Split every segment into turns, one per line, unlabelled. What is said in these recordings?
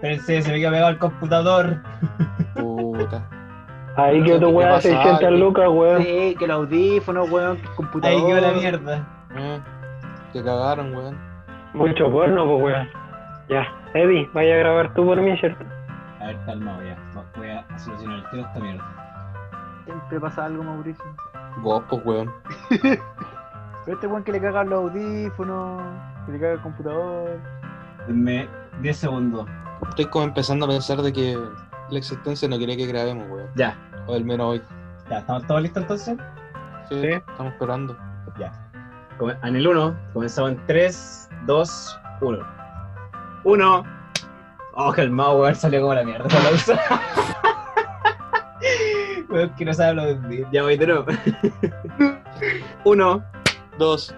Pensé, se me iba a pegar el computador.
Puta.
Ahí quedó tu
¿Qué
weá de
pasa?
600 lucas, weón.
Sí, que el audífono, weón, que el
Ahí
computador.
quedó la mierda.
Mm. Te cagaron, weón.
Mucho porno, pues, weón. Ya, Eddie, vaya a grabar tú por mí, ¿cierto?
A ver, calmado ya. No, Voy a solucionar el tema esta mierda.
Siempre pasa algo, Mauricio.
Vos, pues, weón.
Pero este weón que le cagan los audífonos, que le caga el computador.
Denme 10 segundos.
Estoy como empezando a pensar de que la existencia no quiere que grabemos, weón.
Ya.
O al menos hoy.
Ya, ¿estamos todos listos entonces?
Sí,
Sí.
estamos esperando.
Come- En el 1, comenzamos en 3, 2, 1. 1. Oh, calmado, weón, salió como la mierda esa pausa. weón, que no sabe lo de Ya voy de nuevo. 1.
Dos.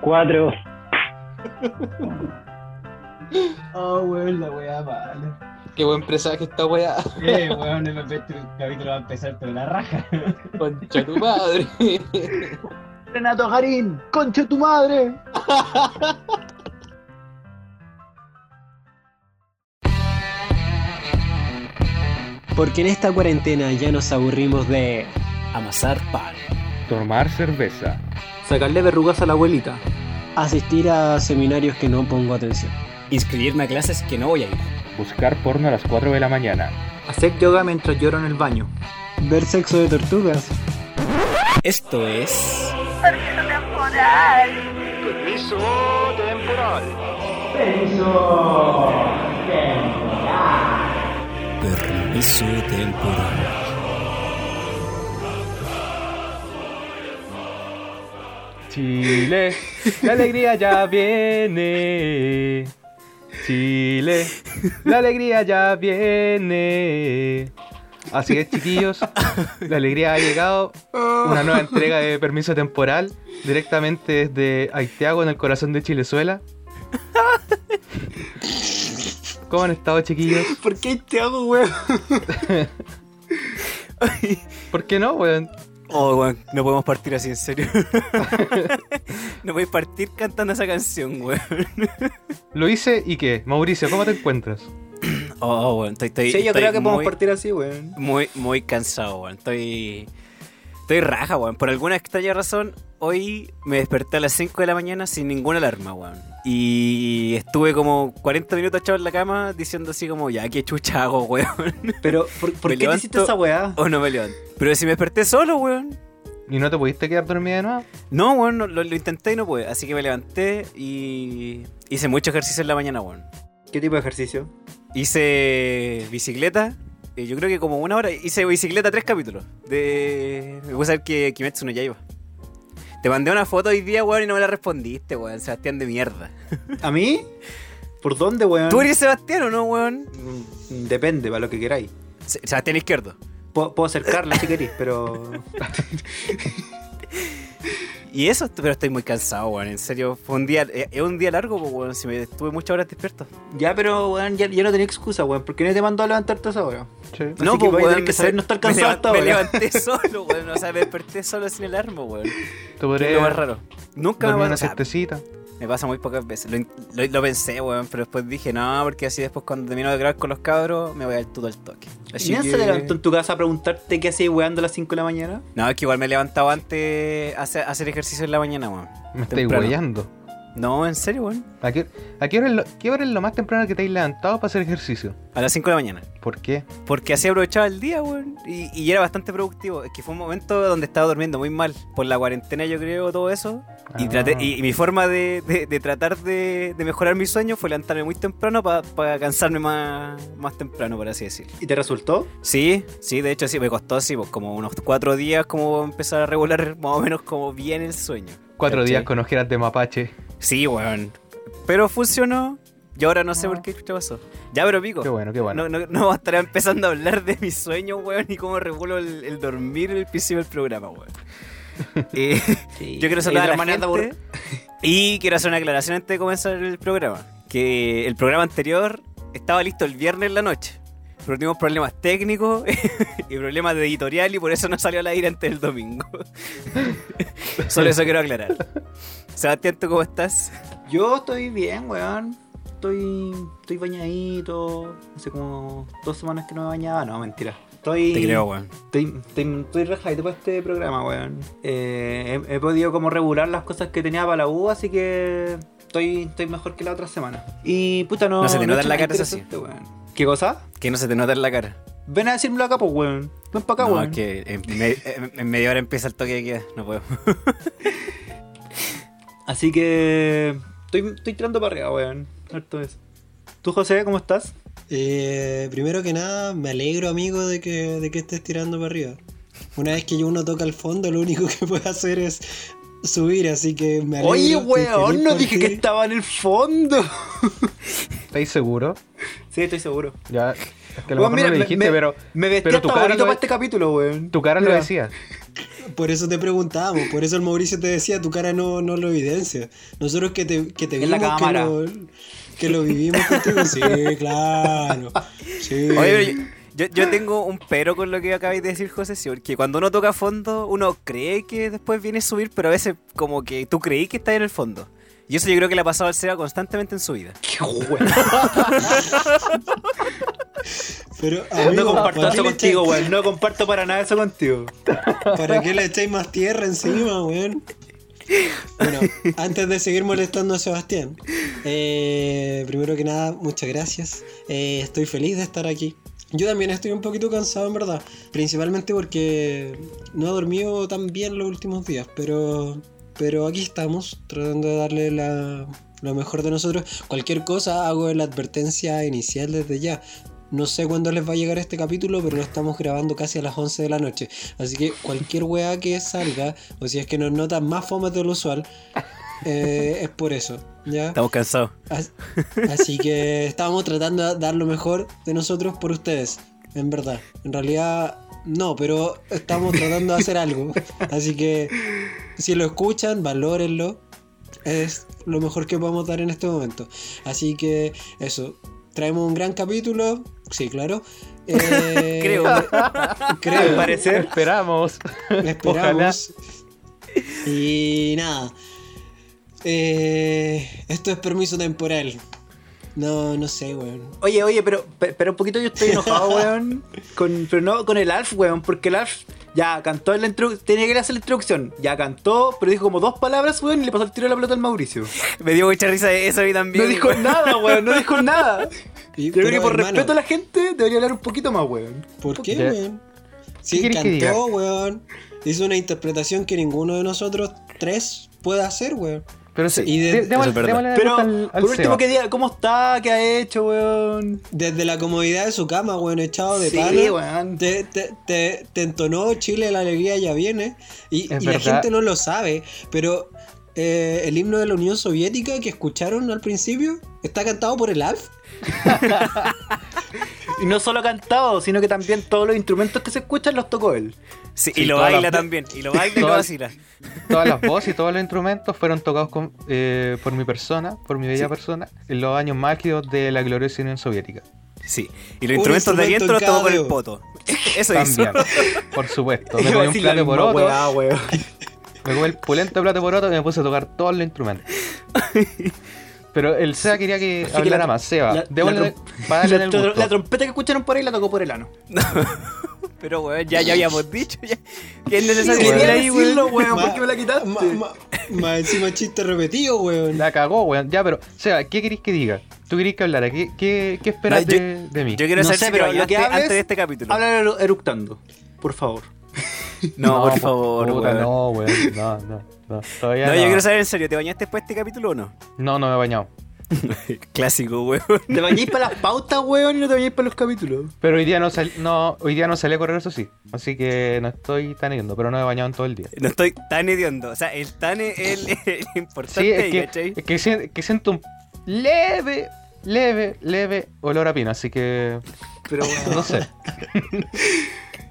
Cuatro.
Oh, weón, la weá mala.
Qué buen presagio esta weá.
Eh, weón, el capítulo va a empezar pero la raja.
Concha tu madre.
Renato Garín, concha tu madre.
Porque en esta cuarentena ya nos aburrimos de amasar pan,
Tomar cerveza.
Sacarle verrugas a la abuelita.
asistir a seminarios que no pongo atención,
Inscribirme a clases que no voy a ir.
Buscar porno a las 4 de la mañana.
Hacer yoga mientras lloro en el baño.
ver sexo de tortugas,
Esto es. Permiso temporal. Permiso temporal. Permiso temporal.
Chile, la alegría ya viene. Chile, la alegría ya viene. Así es, chiquillos, la alegría ha llegado. Una nueva entrega de permiso temporal directamente desde Haitiago, en el corazón de Chilezuela. ¿Cómo han estado, chiquillos?
¿Por qué te hago, weón?
¿Por qué no, weón?
Oh, weón, no podemos partir así, en serio. no podéis partir cantando esa canción, weón.
Lo hice y qué. Mauricio, ¿cómo te encuentras?
Oh, weón, estoy, estoy,
Sí, yo
estoy
creo que podemos
muy-
partir así, weón.
muy, muy cansado, weón. Estoy. Estoy raja, weón. Por alguna extraña razón, hoy me desperté a las 5 de la mañana sin ninguna alarma, weón. Y estuve como 40 minutos echado en la cama diciendo así como, ya, qué chucha hago, weón.
Pero, ¿por, por
Me
qué te
levanto-
hiciste esa weá?
o no me levanto. Pero si me desperté solo, weón.
¿Y no te pudiste quedar dormida de nuevo?
No, weón, no- lo, lo intenté y no pude. Así que me levanté y hice mucho ejercicio en la mañana, weón.
¿Qué tipo de ejercicio?
Hice bicicleta. eh, Yo creo que como una hora hice bicicleta tres capítulos. De. Me puse a ver que Kimetsu no ya iba. Te mandé una foto hoy día, weón, y no me la respondiste, weón. Sebastián de mierda.
¿A mí? ¿Por dónde, weón?
¿Tú eres Sebastián o no, weón?
Mm, Depende, para lo que queráis.
Se- Sebastián izquierdo.
Puedo, puedo acercarla si queréis, pero.
Y eso, pero estoy muy cansado, weón. En serio, fue un día. eh, Es un día largo, po, weón. Si me estuve muchas horas despierto.
Ya, pero, weón, ya, ya no tenía excusa, weón. ¿Por qué no te mandó a levantarte a esa hora?
Sí.
Así que
po,
voy a tener
me
que saber
sa-
no pues, estar cansado
me levan-
hasta
Me
ahora.
levanté solo, weón. O sea, me desperté solo sin alarma, weón.
¿Te
Es lo más
podrías
raro. Nunca me
dormir
va
una siestecita?
Me pasa muy pocas veces. Lo, in- lo- lo pensé, weón, pero después dije, no, porque así después cuando termino de grabar con los cabros, me voy al tuto al toque. Así
¿Quién se
que-
levantó en tu casa a preguntarte qué hacías weando a las 5 de la mañana?
No, es que igual me he levantado antes a hacer, a hacer ejercicio en la mañana, weón.
Me estáis
Temprano.
huellando.
No, en serio, weón.
¿A, qué, a qué hora es lo, qué hora es lo más temprano que te has levantado para hacer ejercicio?
A las 5 de la mañana.
¿Por qué?
Porque así aprovechaba el día, weón. Y, y era bastante productivo. Es que fue un momento donde estaba durmiendo muy mal. Por la cuarentena, yo creo, todo eso. Y,
Ah.
traté- y, y mi forma de, de- de tratar de, de mejorar mi sueño fue levantarme muy temprano para cansarme más, más temprano, por así decir.
¿Y te resultó?
Sí, sí, de hecho sí, me costó así, pues como unos cuatro días como empezar a regular más o menos como bien el sueño.
Cuatro
¿Cachai?
días con ojeras de mapache.
Sí, weón. Pero funcionó y ahora no sé por qué chucha pasó. Ya, pero pico.
Ah. Qué bueno, qué bueno.
No, no, no va a estar empezando a hablar de mis sueños, weón, y cómo regulo el, el dormir en el principio del programa, weón. Eh,
Sí.
yo quiero
Hay
saludar
otra
a la
manera de
gente
aburrir-
y quiero hacer una aclaración antes de comenzar el programa. Que el programa anterior estaba listo el viernes en la noche, pero tuvimos problemas técnicos y problemas de editorial y por eso no salió al aire antes del domingo. Solo eso quiero aclarar. Sebastián, ¿tú cómo estás?
Yo estoy bien, weón. estoy, estoy bañadito. Hace como dos semanas que no me bañaba. No, mentira. Estoy,
Te creo, weón.
Estoy, estoy, estoy relajadito para este programa, weón. Eh, he, he podido como regular las cosas que tenía para la U, así que estoy, estoy mejor que la otra semana. Y puta, no.
No se te nota en la
he hecho
cara,
nada
eso sí.
interesante, weón. ¿Qué cosa?
Que no se te nota en la cara.
Ven a decírmelo acá, pues, weón. Ven para acá,
No,
weón.
es que en, me- en- en media hora empieza el toque de queda. No puedo.
Así que estoy, estoy tirando para arriba, weón. Harto de eso. ¿Tú, José, cómo estás?
Eh, primero que nada, me alegro, amigo, de que, de que estés tirando para arriba. Una vez que uno toca el fondo, lo único que puede hacer es subir, así que me alegro.
Oye,
estoy feliz
weón, no
por
dije que
ti.
estaba en el fondo.
¿Estáis seguro?
Sí, estoy seguro.
Ya, es que a lo
Weón,
mejor
mira,
no lo
me-
dijiste,
me-
pero
Me vestí
pero
hasta
tu cara
bonito
lo-
para este capítulo, weón.
tu cara lo
Mira,
decía.
Por eso te preguntábamos, por eso el Mauricio te decía, tu cara no, no lo evidencia. Nosotros que te, que te
En la
vimos, que
cámara.
lo, que lo vivimos contigo, sí, claro. Sí.
Oye, pero yo, yo tengo un pero con lo que acabáis de decir, José, sí, porque cuando uno toca fondo, uno cree que después viene a subir, pero a veces como que tú creí que estás en el fondo. Y eso yo creo que le ha pasado al Seba constantemente en su vida.
Qué weón.
Pero,
No
amigo,
comparto
¿para qué
eso
le
contigo,
echáis-
weón. No comparto para nada eso contigo.
¿Para qué le echáis más tierra encima, weón? Bueno, antes de seguir molestando a Sebastián, eh, primero que nada, muchas gracias. Eh, estoy feliz de estar aquí. Yo también estoy un poquito cansado, en verdad. Principalmente porque no he dormido tan bien los últimos días, pero, pero aquí estamos, tratando de darle la- lo mejor de nosotros. Cualquier cosa hago la advertencia inicial desde ya. No sé cuándo les va a llegar este capítulo, pero lo estamos grabando casi a las 11 de la noche. Así que cualquier weá que salga, o si es que nos notan más fomas de lo usual, eh, es por eso, ¿ya?
Estamos cansados.
As- Así que estábamos tratando de dar lo mejor de nosotros por ustedes, en verdad. En realidad, no, pero estamos tratando de hacer algo. Así que si lo escuchan, valórenlo. Es lo mejor que podemos dar en este momento. Así que eso, traemos un gran capítulo. Sí, claro. Eh,
Creo.
Creo.
parecer.
Esperamos.
Esperamos. Y nada. Eh, esto es permiso temporal. No, no sé, weón.
Oye, oye, pero, pe- pero un poquito yo estoy enojado, weón. Con, pero no con el Alf, weón, porque el Alf ya cantó en la introducción. Tenía que ir a hacer la introducción. Ya cantó, pero dijo como dos palabras, weón, y le pasó el tiro de la pelota al Mauricio.
Me dio mucha risa eso a mí también.
No dijo
weón.
nada, weón, no dijo nada.
Y-
Yo creo que
pero,
por
hermano,
respeto a la gente debería hablar un poquito más, weón.
¿Por qué,
Ya.
weón? Sí,
querés que diga?
cantó, weón. Hizo una interpretación que ninguno de nosotros tres puede hacer, weón.
Pero sí,
Y de-
dé-
eso
démosle-
es verdad.
démosle la
Pero
vuelta al- al
por último
Seba.
que diga, ¿cómo está? ¿Qué ha hecho, weón?
Desde la comodidad de su cama, weón, echado de
Sí,
pana.
weón.
Te, te- te- te entonó Chile, la alegría ya viene. Y,
Es
y la
verdad.
gente no lo sabe, pero eh, el himno de la Unión Soviética que escucharon al principio está cantado por el ALF.
Y no solo ha cantado, sino que también todos los instrumentos que se escuchan los tocó él.
Sí,
Sí,
y lo
todas
baila
las-
también. Y lo baila y lo
todas-
vacila.
Todas las voces y todos los instrumentos fueron tocados con- eh, por mi persona, por mi bella persona, en los años mágidos de la gloriosa Unión Soviética.
Sí. Y los
Un
instrumentos de
instrumento
viento los
en
tomó
cada
con el
dedo.
poto. Eso
También,
hizo.
por supuesto.
Iba
Me
a
comí un
decir la
plato por
misma
otro, Ah,
weá, weón.
me comí el pulento plato por otro y me puse a tocar todos los instrumentos. Pero el Seba quería que
Así que
hablara
la-
más. Seba,
la- la
démosle
trom-
para darle en
La,
el
tro- la
gusto.
trompeta que escucharon por ahí la tocó por el ano.
Pero, weón, ya, ya habíamos dicho ya, que es necesario
Sí,
ir
weón.
ahí, weón.
decirlo, weón, ¿por
Ma-
qué me la quitaste?
ma- ma- Más encima chiste repetido, weón.
La cagó, weón. Ya, pero, Seba, ¿qué querés que diga? ¿Tú querés que hablara? ¿Qué, qué, qué esperas
No, yo-
de, de mí?
Yo quiero
No
saber
sé,
si
pero
te
lo que
bañaste
hables-
antes de este capítulo.
Habla eru- eructando, por favor.
No, por
pu-
favor,
puta,
weón. No,
No, weón. No, no, no. Todavía no.
yo quiero saber en serio, ¿te bañaste después de este capítulo o no?
No, no me he bañado.
Clásico, weón.
Te bañáis para las pautas, weón, y no te bañáis para los capítulos.
Pero hoy día no, sal- no, hoy día no salí a correr, eso sí. Así que no estoy tan yendo, pero no me he bañado en todo el día.
No estoy tan hediondo. O sea, el tan es el, el importante,
Sí, es
ahí,
que,
¿cachai?
es que, sien- que siento un leve, leve, leve olor a pino, así que
Pero, weón,
no sé.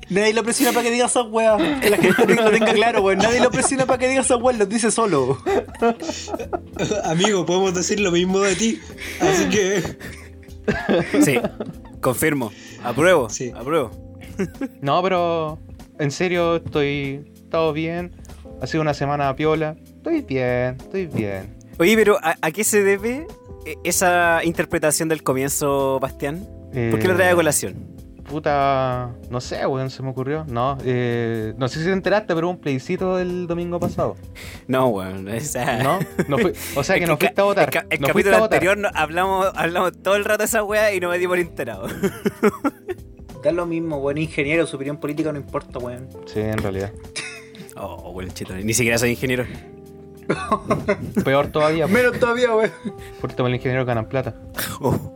nadie lo presiona para que diga esas weas. Que la gente lo tenga claro, weón. Nadie lo presiona para que diga esas weas, los dice solo.
Amigo, podemos decir lo mismo de ti. Así que.
Sí, confirmo. Apruebo,
Sí.
apruebo.
No, pero en serio, estoy. He estado bien. Ha sido una semana piola. Estoy bien, estoy bien.
Oye, pero ¿a, a qué se debe eh, esa interpretación del comienzo, Bastián? ¿Por qué lo
Mm.
trae a colación?
Eh, Puta, no sé, weón, se me ocurrió. No, eh, no sé si te enteraste, pero hubo un plebiscito el domingo pasado.
No, weón. o sea,
¿No? no fui- o sea que no fuiste a votar.
El, ca- el
no fuiste
capítulo
a votar.
anterior no- hablamos, hablamos todo el rato de esa weá y no me di por enterado.
Da lo mismo, weón. Ingeniero, su opinión política no importa, weón.
Sí, en realidad.
Oh, weón, chito, ni siquiera soy ingeniero.
Peor todavía, por
Menos todavía, weón.
porque el ingeniero ganan plata.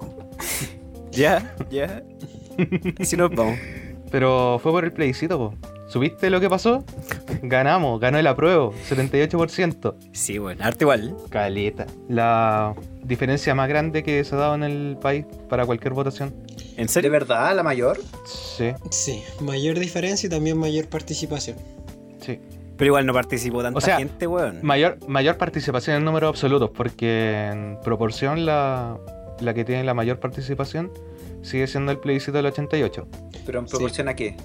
Ya, ya. Así nos vamos.
Pero fue por el plebiscito, po. ¿Supiste lo que pasó? Ganamos, ganó el apruebo, 78%.
Sí, bueno, arte igual.
Caleta. La diferencia más grande que se ha dado en el país para cualquier votación.
¿En
¿De
serio?
verdad, la mayor?
Sí,
Sí, mayor diferencia y también mayor participación.
sí.
Pero igual no participó tanta
O sea,
gente, weón.
Mayor, mayor participación en números absolutos, porque en proporción la, la que tiene la mayor participación sigue siendo el plebiscito del 88,
¿Pero en proporción a qué?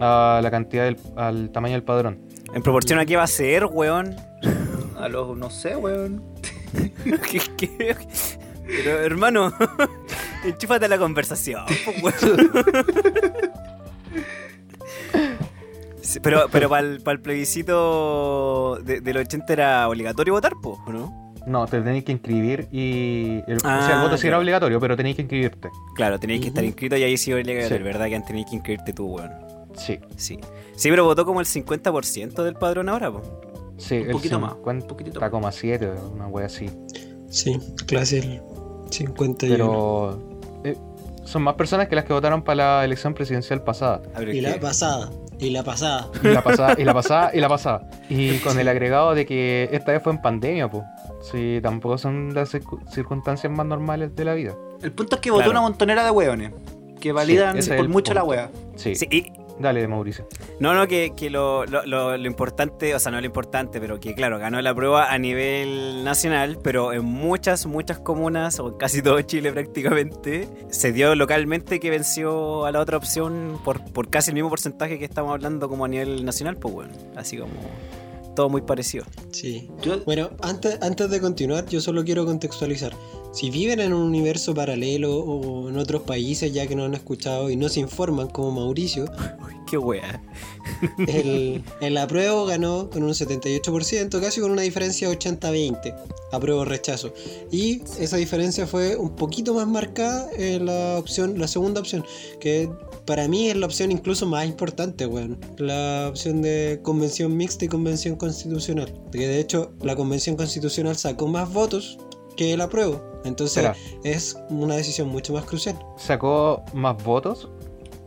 a la cantidad del, al tamaño del padrón.
¿En proporción a qué va a ser, weón?
A los, no sé, weón.
¿Qué, qué? Pero, hermano, enchúfate a la conversación, po, weón. Sí, Pero, pero para el, plebiscito de- del 80 era obligatorio votar, po, ¿o ¿no?
No, te tenéis que inscribir y... el- o sea, el
Ah,
voto sí era
claro.
obligatorio, pero tenéis que inscribirte.
Claro, tenías que estar
Ujú.
inscrito y ahí sí obligatorio.
Sí.
¿Verdad que antes tenías que inscribirte tú, weón?
Sí,
Sí. Sí, pero votó como el 50% del padrón ahora, po.
sí.
Un poquito más, un poquitito más.
50,7, una wea así.
Sí, clase el 51.
Pero eh, son más personas que las que votaron para la elección presidencial pasada.
A ver,
Y
¿qué?
la pasada, y la pasada.
Y la pasada, y la pasada, y la pasada. Y con el agregado de que esta vez fue en pandemia, pues. Sí, tampoco son las circu- circunstancias más normales de la vida.
El punto es que votó
Claro.
una montonera de weones. Que validan
ese es
por
el
mucho la
punto.
wea.
Sí.
Sí, y-
Dale, Mauricio.
No, no, que, que lo, lo- lo- lo importante, o sea, no lo importante, pero que claro, ganó la prueba a nivel nacional, pero en muchas, muchas comunas, o en casi todo Chile prácticamente, se dio localmente que venció a la otra opción por, por casi el mismo porcentaje que estamos hablando como a nivel nacional, pues bueno, así como todo muy parecido.
Sí.
Yo-
Bueno, antes, antes de continuar, yo solo quiero contextualizar. Si viven en un universo paralelo o en otros países ya que no han escuchado y no se informan como Mauricio,
Qué wea.
el, el apruebo ganó con un 78%, casi con una diferencia 80-20, apruebo-rechazo. Y esa diferencia fue un poquito más marcada en la opción, la segunda opción, que para mí es la opción incluso más importante, weón. La opción de convención mixta y convención constitucional. Que de hecho la convención constitucional sacó más votos que el apruebo. Entonces
Espera,
es una decisión mucho más crucial.
¿sacó más votos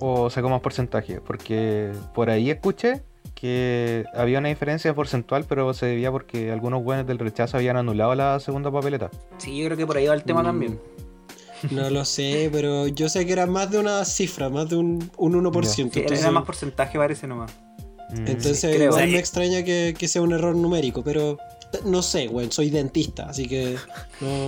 o sacó más porcentaje? Porque por ahí escuché que había una diferencia porcentual, pero se debía porque algunos buenos del rechazo habían anulado la segunda papeleta.
Sí, yo creo que por ahí va el tema
Mm.
también.
No lo sé, pero yo sé que era más de una cifra, más de un, un 1%.
Sí,
entonces-
era más porcentaje, parece nomás.
Mm.
Entonces,
creo.
igual
Sí.
me extraña que, que sea un error numérico, pero t- no sé, weón, soy dentista, así que no,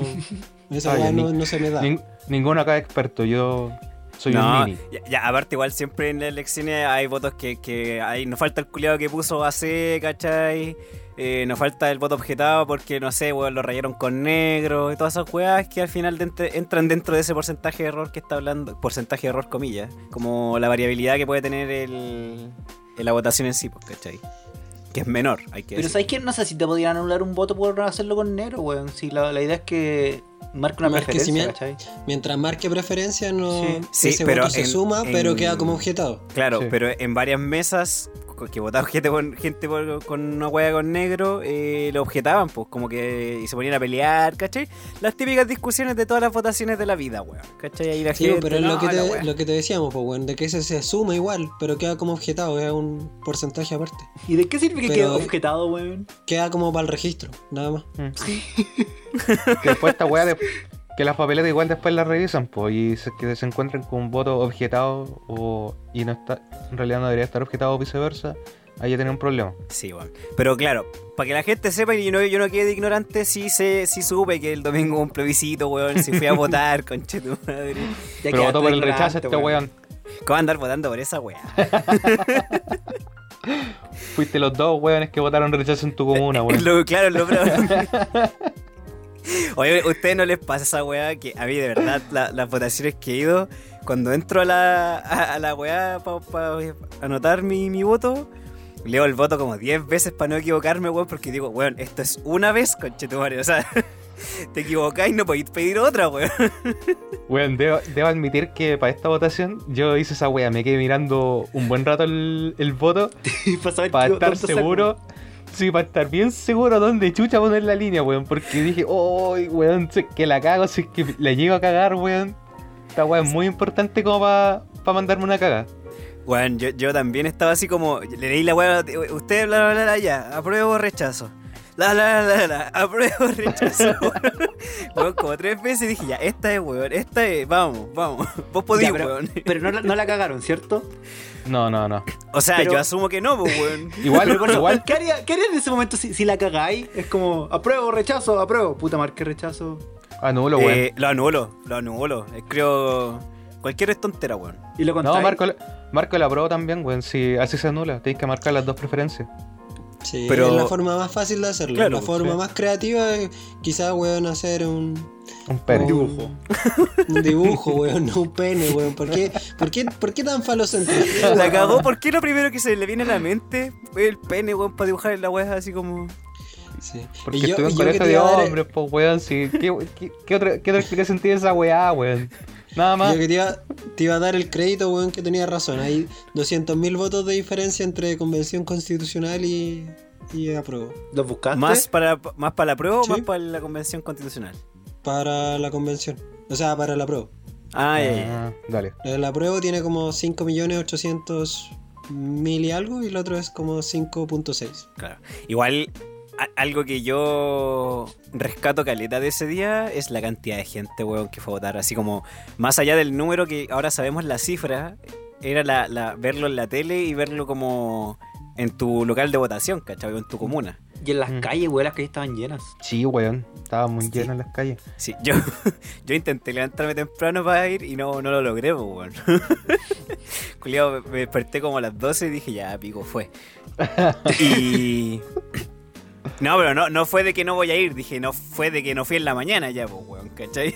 esa
Ah,
Ay,
weá no,
ni-
no se me da.
Nin- ninguno acá es experto, yo soy
no,
un mini.
ya, ya, aparte igual siempre en las elecciones hay votos que, que hay, nos falta el culiado que puso AC, ¿cachai? Eh, nos falta el voto objetado porque, no sé, weón, lo rayaron con negro y todas esas weas que al final dentro- entran dentro de ese porcentaje de error que está hablando, porcentaje de error comillas, como la variabilidad que puede tener el, el- la votación en sí, pues, ¿cachai? Que es menor, hay que
Pero
decir.
¿sabes qué? No sé si te podrían anular un voto por hacerlo con negro, weón. Si la, la idea es que marque una
Marque si
preferencia,
me-
¿cachai?
Mientras marque preferencia, no
Sí.
Sí,
ese
pero
voto se
en-
suma, pero
en-
queda como objetado.
Claro,
Sí.
pero en varias mesas co- que votaba gente con, gente por- con una hueá con negro, eh, lo objetaban, pues, como que y se ponían a pelear, ¿cachai? Las típicas discusiones de todas las votaciones de la vida, weón, ¿cachai? Ahí la
Sí,
gente,
pero es
no,
lo que,
la
te,
weá.
lo que te decíamos, pues, weón, de que ese se suma igual, pero queda como objetado, es un porcentaje aparte.
¿Y de qué sirve que
Pero-
quede objetado, weón?
Queda como para el registro, nada más.
Mm. Que después esta weá de- que las papeletas igual después las revisan, pues, y se, que se encuentren con un voto objetado o y no está, en realidad no debería estar objetado o viceversa, ahí ya tenía un problema.
Sí, weón. Pero claro, para que la gente sepa y yo no, yo no quede ignorante, sí, sé, sí supe que el domingo hubo un plebiscito, weón, si fui a votar, conche tu madre.
Ya
Pero
quedaste
votó por el
ignorante,
rechazo este weón.
¿Cómo andar votando por esa weá?
Fuiste los dos weones que votaron rechazo en tu comuna,
Es
weón.
lo- claro, es lo peor. Oye, ¿a ustedes no les pasa esa weá? Que a mí, de verdad, la- las votaciones que he ido, cuando entro a la, a, a la weá para anotar mi, mi voto, leo el voto como 10 veces para no equivocarme, weón, porque digo, weón, esto es una vez, conchetumare. O sea, te equivocáis, no podéis pedir otra, weón.
Weón, debo, debo admitir que para esta votación yo hice esa wea, me quedé mirando un buen rato el, el voto
para saber
para
qué-
estar
cuánto saco.
seguro. Sí, para estar bien seguro dónde chucha poner la línea, weón. Porque dije, uy, weón, si es que la cago, si es que la llego a cagar, weón. Esta weá es muy importante como para mandarme una caga.
Weón, yo, yo también estaba así como, le leí la weá, usted, bla, bla, bla, bla, ya, apruebo, rechazo. La, la, la, la, la, apruebo, rechazo. weón, como tres veces dije, ya, esta es, weón, esta es, vamos, vamos. Vos podís,
Ya, pero-
weón.
Pero no la, no la cagaron, ¿cierto?
No, no, no.
O sea,
Pero-
yo asumo que no, pues, weón.
Igual, igual,
¿Qué harías qué haría en ese momento si, si la cagáis? Es como, apruebo, rechazo, apruebo. Puta marca, rechazo.
anulo, weón.
Eh, lo anulo, lo anulo. Eh, Creo. Cualquier es tontera, weón.
Y lo contáis.
No, Marco, la- Marco la aprobó también, weón. Si así se anula, tenéis que marcar las dos preferencias.
Sí,
Pero-
es la forma más fácil de hacerlo.
Claro,
la forma
sí.
más creativa es quizás, weón, hacer un...
Un pene.
dibujo. Un dibujo, weón, no un pene, weón. ¿Por qué, por qué, por qué tan falocentrismo?
La
weón?
cagó, ¿por qué lo primero que se le viene a la mente es el pene, weón, para dibujar en la weá así como.
Sí.
Porque
Y yo,
estuve en
y yo que
colegio
te
de
iba a dar-
hombres, pues, weón. Si, ¿qué, qué, qué otra, ¿Qué otra explicación tiene esa weá, weón? Nada más.
Yo que te iba, te iba a dar el crédito, weón, que tenía razón. Hay 200.000 votos de diferencia entre convención constitucional y, y apruebo.
¿Los buscaste?
¿Más para, más para la prueba
Sí.
o más para la convención constitucional?
Para la convención. O sea, para la apruebo.
Ah, ya, ya.
Ah, dale.
La del apruebo tiene como 5.800.000 y algo y el otro es como 5.6.
claro. Igual, a- algo que yo rescato caleta de ese día es la cantidad de gente, weón, que fue a votar. Así como, más allá del número que ahora sabemos la cifra, era la, la- verlo en la tele y verlo como en tu local de votación, ¿cachai? O en tu comuna.
Y en las
Mm.
calles, güey, las calles estaban llenas.
Sí, weón. Estaba muy
Sí.
lleno en las calles.
Sí, yo, yo intenté levantarme temprano para ir y no, no lo logré, pues, weón. Culiao, me desperté como a las 12 y dije, ya, pico, fue. Y. No, pero no, no fue de que no voy a ir, dije, no fue de que no fui en la mañana ya, pues, weón, ¿cachai?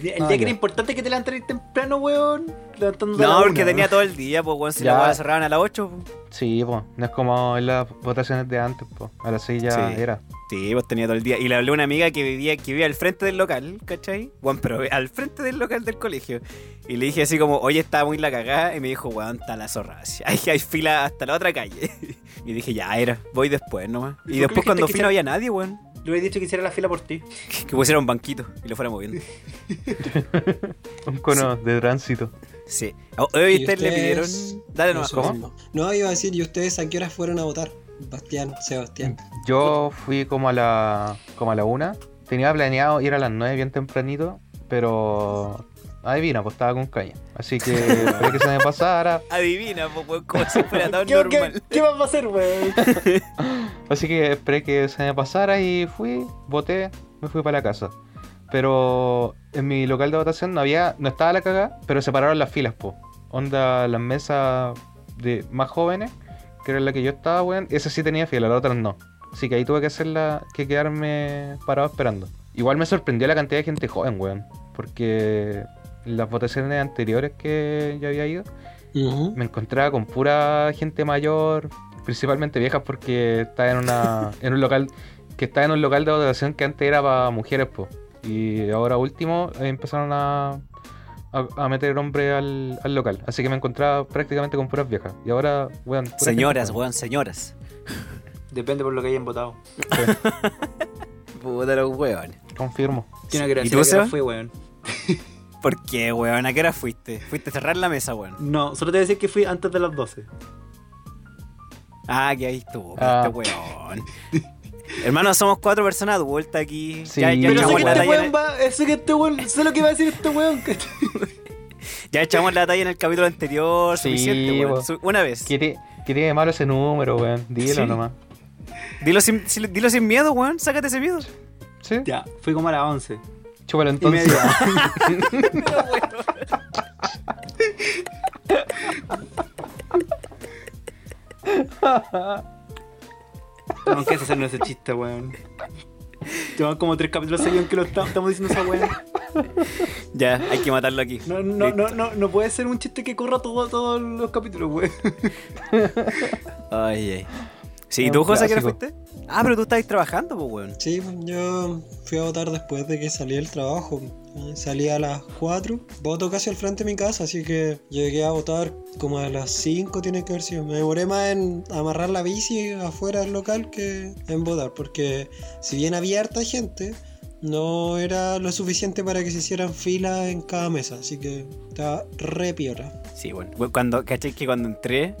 El
Ah,
día que
ya.
era importante que te levantaras temprano, weón. Levantándote a la
No, porque
una.
tenía todo el día, pues, weón, si
Ya.
la weá cerraban a las 8. pues.
Sí, pues. No es como en las votaciones de antes, pues. A las seis ya
Sí.
era.
Sí, pues tenía todo el día. Y le hablé a una amiga que vivía, que vivía al frente del local, ¿cachai? Juan, pero al frente del local del colegio. Y le dije así como, oye, está muy la cagada. Y me dijo, weón, está la zorra. así. Hay, hay fila hasta la otra calle. Y dije, ya era, voy después nomás.
¿Y por
Y
qué
después
la gente
cuando
que
fui no
se-
había nadie, weón.
Le hubiera dicho que hiciera la fila por ti.
Que, que pusiera un banquito y lo fuera moviendo.
Un cono de tránsito.
Sí. O- Oye,
¿Y
¿ustedes le pidieron?
ustedes?
Dale nomás.
Eso
¿cómo?
mismo. No, iba a decir, ¿y ustedes a qué horas fueron a votar? Bastián, Sebastián.
Yo fui como a la como a la una. Tenía planeado ir a las nueve bien tempranito, pero adivina, pues estaba con caña. Así que esperé que se me pasara.
Adivina, pues, weón, como si fuera tan
¿Qué, qué,
normal.
qué vas a hacer, weón?
Así que esperé que se me pasara y fui, voté, me fui para la casa. Pero en mi local de votación no había, no estaba la caga, pero separaron las filas, po. Onda las mesas de más jóvenes, que era la que yo estaba, weón, esa sí tenía fila, las otras no. Así que ahí tuve que hacerla, que quedarme parado esperando. Igual me sorprendió la cantidad de gente joven, weón. Porque las votaciones anteriores que yo había ido,
Ujú.
me encontraba con pura gente mayor, principalmente viejas porque estaba en una en un local que estaba en un local de votación que antes era para mujeres, po. Y ahora último eh, empezaron a, a, a meter hombres al, al local, así que me encontraba prácticamente con puras viejas. Y ahora, weón, pura
Señoras,
gente
weón, señoras.
Depende por lo que hayan votado.
Puta los weones.
joven. Confirmo.
Tiene
Sí.
que
¿Y
gracia que
tú,
no
Seba?
fue, weón.
¿Por qué, weón? ¿A qué hora fuiste? Fuiste a cerrar la mesa, weón.
No, solo te voy a decir que fui antes de las 12.
Ah, que ahí estuvo,
Ah.
este weón. Hermano, somos cuatro personas de vuelta aquí.
Sí.
ya, ya
Pero
Pero sé
echamos
que
la
este
talla en
weón
el,
va. Sé que este weón. Sé lo que va a decir este weón. ¿cachai?
ya echamos la talla en el capítulo anterior,
Sí,
suficiente, weón.
weón.
Su- Una vez.
¿Qué, te- qué tiene de malo ese número, weón? Dilo
Sí.
nomás.
Dilo sin, si- dilo sin miedo, weón. Sácate ese miedo.
¿Sí?
Ya, fui como a las 11.
Chúpalo
Y
entonces.
media. No quieres hacernos ese chiste, weón. Llevan como tres capítulos seguidos en que lo está- estamos diciendo esa weá.
Ya, hay que matarlo aquí.
No, no,
Listo.
no, no, no puede ser un chiste que corra todo, todos los capítulos, weón.
Ay, ay. Sí,
Es
¿y tú,
un
José, que no
clásico.
fuiste? Ah, pero tú estabas trabajando, pues, weón.
Sí, yo fui a votar después de que salí del trabajo. Eh, Salí a las 4, voto casi al frente de mi casa, así que llegué a votar como a las 5 tiene que haber sido. Me demoré más en amarrar la bici afuera del local que en votar, porque si bien había harta gente, no era lo suficiente para que se hicieran filas en cada mesa, así que estaba re piola.
Sí, bueno. Bueno, Cuando, ¿cachai? Que cuando entré,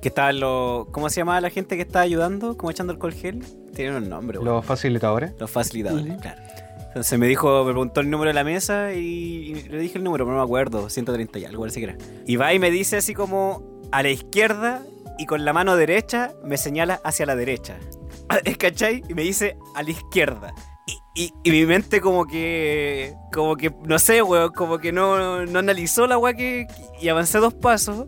que estaban los. ¿Cómo se llamaba la gente que estaba ayudando? Como echando alcohol gel. Tienen un nombre, weón.
Los facilitadores.
Los facilitadores, claro. Entonces me dijo, me preguntó el número de la mesa y, y le dije el número, pero no me acuerdo, 130 y algo, parece que era. Y va y me dice así como a la izquierda y con la mano derecha me señala hacia la derecha. ¿Cachai? Y me dice a la izquierda. Y, y- y mi mente como que, como que, no sé, weón, como que no, no analizó la weá que... Y avancé dos pasos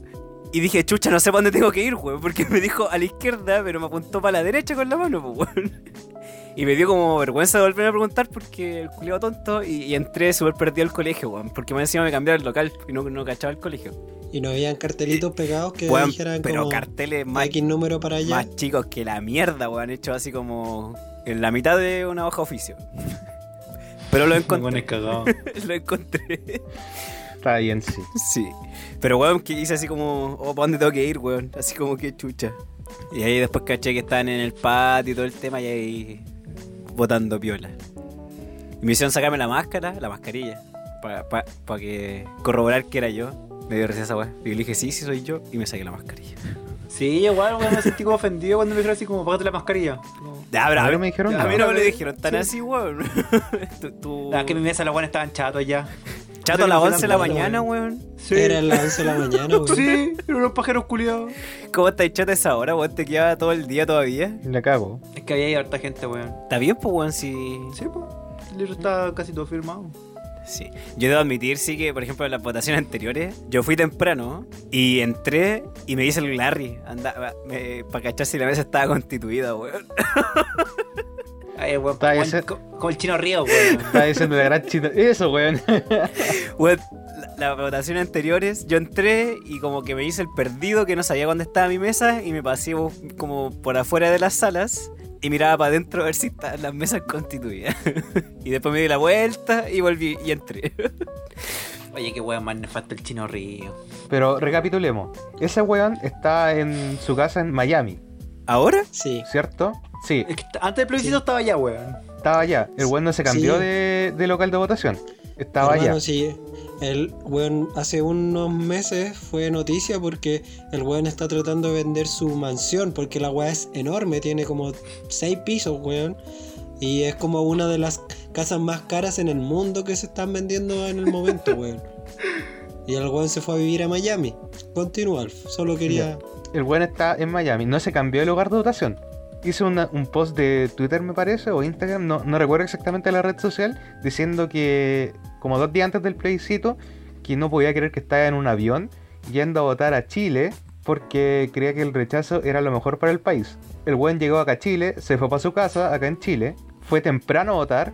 y dije, chucha, no sé para dónde tengo que ir, weón, porque me dijo a la izquierda, pero me apuntó para la derecha con la mano, pues, weón. Y me dio como vergüenza de volver a preguntar porque el culiado tonto y, y entré súper perdido al colegio, weón. Porque más encima me cambiaron el local y no, no cachaba el colegio.
Y no habían cartelitos pegados que
Weón,
dijeran
pero
como
carteles más,
X número para allá.
más chicos que la mierda, weón. Hecho así como en la mitad de una hoja oficio. Pero lo encontré.
cagado.
lo encontré.
Está bien, sí.
Sí. Pero weón, que hice así como, oh, ¿para dónde tengo que ir, weón? Así como que chucha. Y ahí después caché que estaban en el patio y todo el tema y ahí botando piola. Y me hicieron sacarme la máscara, la mascarilla, para que corroborar que era yo. Me dio risa esa weá. Y le dije, sí, sí soy yo. Y me saqué la mascarilla.
Sí, igual, weón, me sentí como ofendido cuando me dijeron así como, págate la mascarilla.
Ah, pero
A
a,
mí
mí,
no me dijeron
a mí
nada.
no me lo dijeron tan así, weón. tú, tú-
Ah, que en mi mesa los weones estaban chatos ya.
Chato a las
no se
11 de la
dan
mañana, weón.
Sí.
Era las 11 de la mañana, güey.
Sí, eran unos pájaros culiados.
¿Cómo estás chato a esa hora, weón? ¿Te quedaba todo el día todavía?
La cago.
Es que había ahí harta gente, weón.
Está bien, pues, weón, si...
Sí, pues. El libro está casi todo firmado.
Sí. Yo debo admitir, sí, que por ejemplo en las votaciones anteriores, yo fui temprano y entré y me dice el Larry, anda, para cachar si la mesa estaba constituida, weón.
Ay, weón,
Está
como,
ese-
el, co- como el chino río, weón.
Está diciendo la gran chita. Eso, weón.
Weón, la- Las votaciones anteriores, yo entré y como que me hice el perdido que no sabía dónde estaba mi mesa y me pasé bu- como por afuera de las salas y miraba para adentro a ver si estaban las mesas constituidas. y después me di la vuelta y volví y entré.
Oye, qué weón más nefasto el chino río.
Pero recapitulemos. Ese weón está en su casa en Miami,
¿Ahora?
Sí.
¿cierto? Sí,
Es que t- antes del plebiscito estaba allá, weón.
estaba allá. El weón no se cambió
Sí.
de, de local de votación. Estaba
Hermano,
allá.
sí, el weón hace unos meses fue noticia porque el weón está tratando de vender su mansión porque la weá es enorme, tiene como 6 pisos, weón. Y es como una de las casas más caras en el mundo que se están vendiendo en el momento, weón. Y el weón se fue a vivir a Miami. Continúa, Alf. Solo quería...
El weón está en Miami. No se cambió de lugar de votación. Hizo una- un post de Twitter, me parece, o Instagram, no, no recuerdo exactamente la red social, diciendo que, como dos días antes del plebiscito, que no podía creer que estaba en un avión yendo a votar a Chile porque creía que el rechazo era lo mejor para el país. El weón llegó acá a Chile, se fue para su casa, acá en Chile, fue temprano a votar,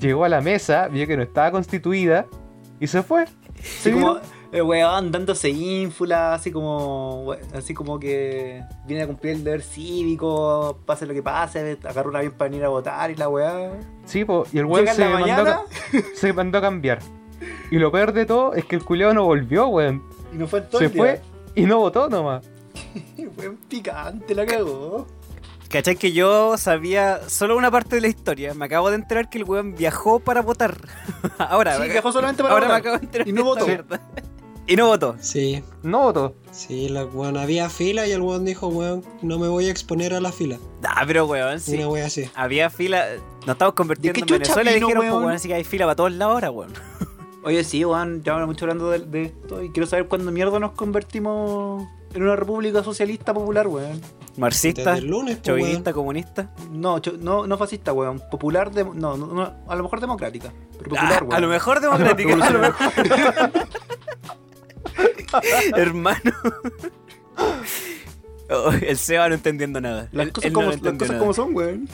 llegó a la mesa, vio que no estaba constituida y se fue.
Así
Se
como,
viró.
el weón dándose ínfula, así como, we- así como que viene a cumplir el deber cívico, pase lo que pase, agarra un avión para venir a votar y la weá.
Sí, po, y el weón
Llega en
se
la
mandó, a ca-
mañana
se mandó a cambiar. Y lo peor de todo es que el culeado no volvió, weón.
y no fue en todo
Se
el
fue y no votó nomás.
día. Weón picante, la cagó.
¿Cachai que yo sabía solo una parte de la historia? Me acabo de enterar que el weón viajó para votar. Ahora,
Sí,
me-
viajó solamente para
ahora me
votar.
acabo de enterar.
Y no
de esta
votó.
mierda. Y no votó.
Sí,
No votó.
sí, la weón había fila y el weón dijo, weón, no me voy a exponer a la fila.
Ah, pero weón, sí.
Una weá así.
Había fila. Nos estamos convirtiendo
¿De
en
qué chucha
Venezuela y
vino,
dijeron, pues,
weón?
weón, así que hay fila para todos lados ahora, weón.
Oye, sí, weón, ya hablamos mucho hablando de, de esto y quiero saber cuándo mierda nos convertimos en una república socialista popular, weón.
Marxista,
Desde el lunes, pues, weón.
chauvinista, comunista.
No, cho- no, no fascista, weón. Popular, de, no, no, no, a lo mejor democrática. Pero popular,
Ah,
weón.
a lo mejor democrática. a lo mejor. Hermano. Oh, el Seba no entendiendo nada.
Las
Él-
cosas,
él no
como, las
entendió
cosas
nada.
como son, weón.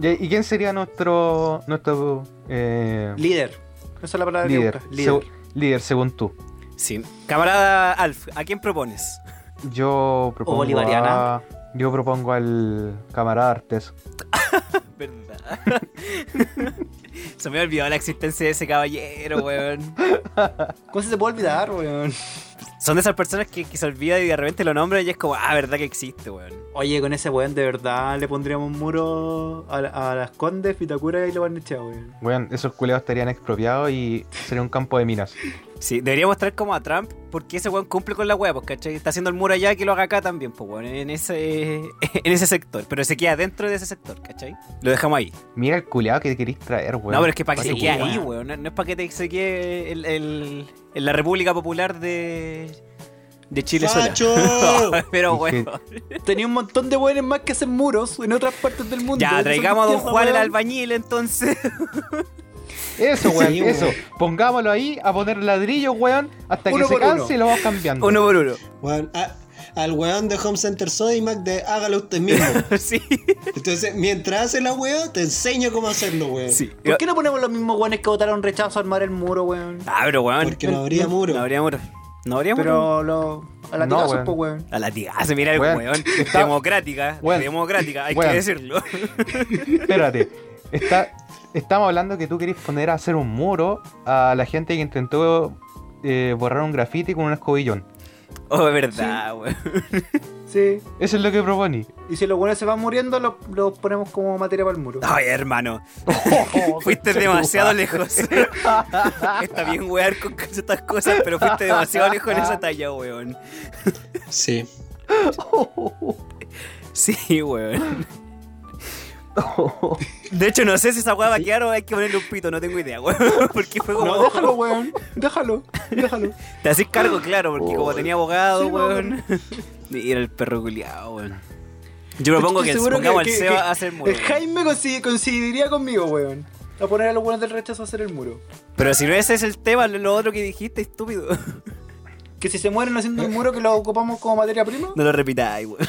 ¿Y y quién sería nuestro nuestro eh,
Líder. Esa es la palabra
líder?
que busca. Líder.
Segu- líder, según tú.
Sí. Camarada Alf, ¿a quién propones?
Yo propongo
bolivariana.
a- yo propongo al camarada Artes.
¿Verdad? Se me olvidó la existencia de ese caballero, weón.
¿Cómo se te puede olvidar, weón?
Son de esas personas que, que se olvida y de repente lo nombran y es como, ah, verdad que existe, weón.
Oye, con ese weón de verdad le pondríamos un muro a, la- a las Condes, Pitacura y la Barnechea, weón.
Bueno, esos culeados estarían expropiados y sería un campo de minas.
Sí, debería mostrar como a Trump porque ese weón cumple con la weá, pues, ¿cachai? Está haciendo el muro allá que lo haga acá también, pues, weón, en ese, en ese sector. Pero se queda dentro de ese sector, ¿cachai? Lo dejamos ahí.
Mira el culeado que queréis traer, weón.
no, pero es que para que se
Oye,
quede
weón.
ahí, weón. No, no es para que te- se quede el- el- en la República Popular de, de Chile sola.
¡Facho!
pero,
Es que-
weón.
Tenía un montón de weones más que hacen muros en otras partes del mundo.
Ya,
Eso
traigamos a
es
Don
tierra,
Juan el
weón.
albañil entonces.
Eso, weón,
Sí,
eso. Pongámoslo ahí a poner ladrillos, weón, hasta que
Uno
se
por
canse
uno.
y lo vamos cambiando.
Uno por uno.
Weón, a- al weón de Home Center Sodimac de hágalo usted mismo.
Sí.
Entonces, mientras hace la weá, te enseño cómo hacerlo, weón.
sí.
¿Por qué no ponemos los mismos weones que votaron rechazo a armar el muro, weón?
Ah, pero weón.
Porque no habría muro.
No habría muro. No habría muro.
Pero lo, a la
No,
no,
weón.
po, weón.
A la tía, se mira el
Weón,
weón.
está-
Democrática.
Weón,
Democrática, hay
weón.
que decirlo.
Espérate, está, estamos hablando que tú querés poner a hacer un muro a la gente que intentó eh, borrar un grafiti con un escobillón.
Oh, es verdad, weón.
Sí.
Eso es lo que proponí.
Y si los weones se van muriendo, los los ponemos como materia para el muro.
Ay, hermano. fuiste demasiado lejos. Está bien wear con estas cosas, pero fuiste demasiado lejos en esa talla, weón.
Sí.
Sí, weón. De hecho, no sé si esa weá va a quedar o hay que ponerle un pito, no tengo idea, weón. Porque fue como.
No, déjalo, weón. Déjalo. Déjalo.
Te haces cargo, claro, porque como tenía abogado,
Sí, más o
weón. Y era el perro culiado, weón. Yo propongo que
Estoy seguro
pongamos al
que-
Seba
que-
a hacer muro.
El Jaime consi- coincidiría conmigo, weón. A poner a los buenos del rechazo a hacer el muro.
Pero si no ese es el tema, lo- lo otro que dijiste, estúpido.
Que si se mueren haciendo el muro que lo ocupamos como materia prima.
No lo repitáis, weón.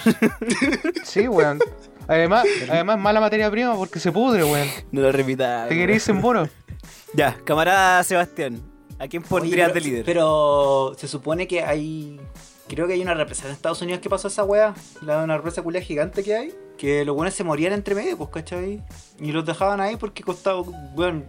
Sí, weón. Además, además mala materia prima porque se pudre, weón.
No lo repitáis.
Te
weón.
queréis sin muro.
Ya, camarada Sebastián, ¿a quién pondrías
Oye,
de
pero-
líder?
Pero se supone que hay. Creo que hay una represa en Estados Unidos que pasó esa weá. La una represa culia gigante que hay. Que los buenos se morían entre medio, pues, ¿cachai? Y los dejaban ahí porque costaba. Weón,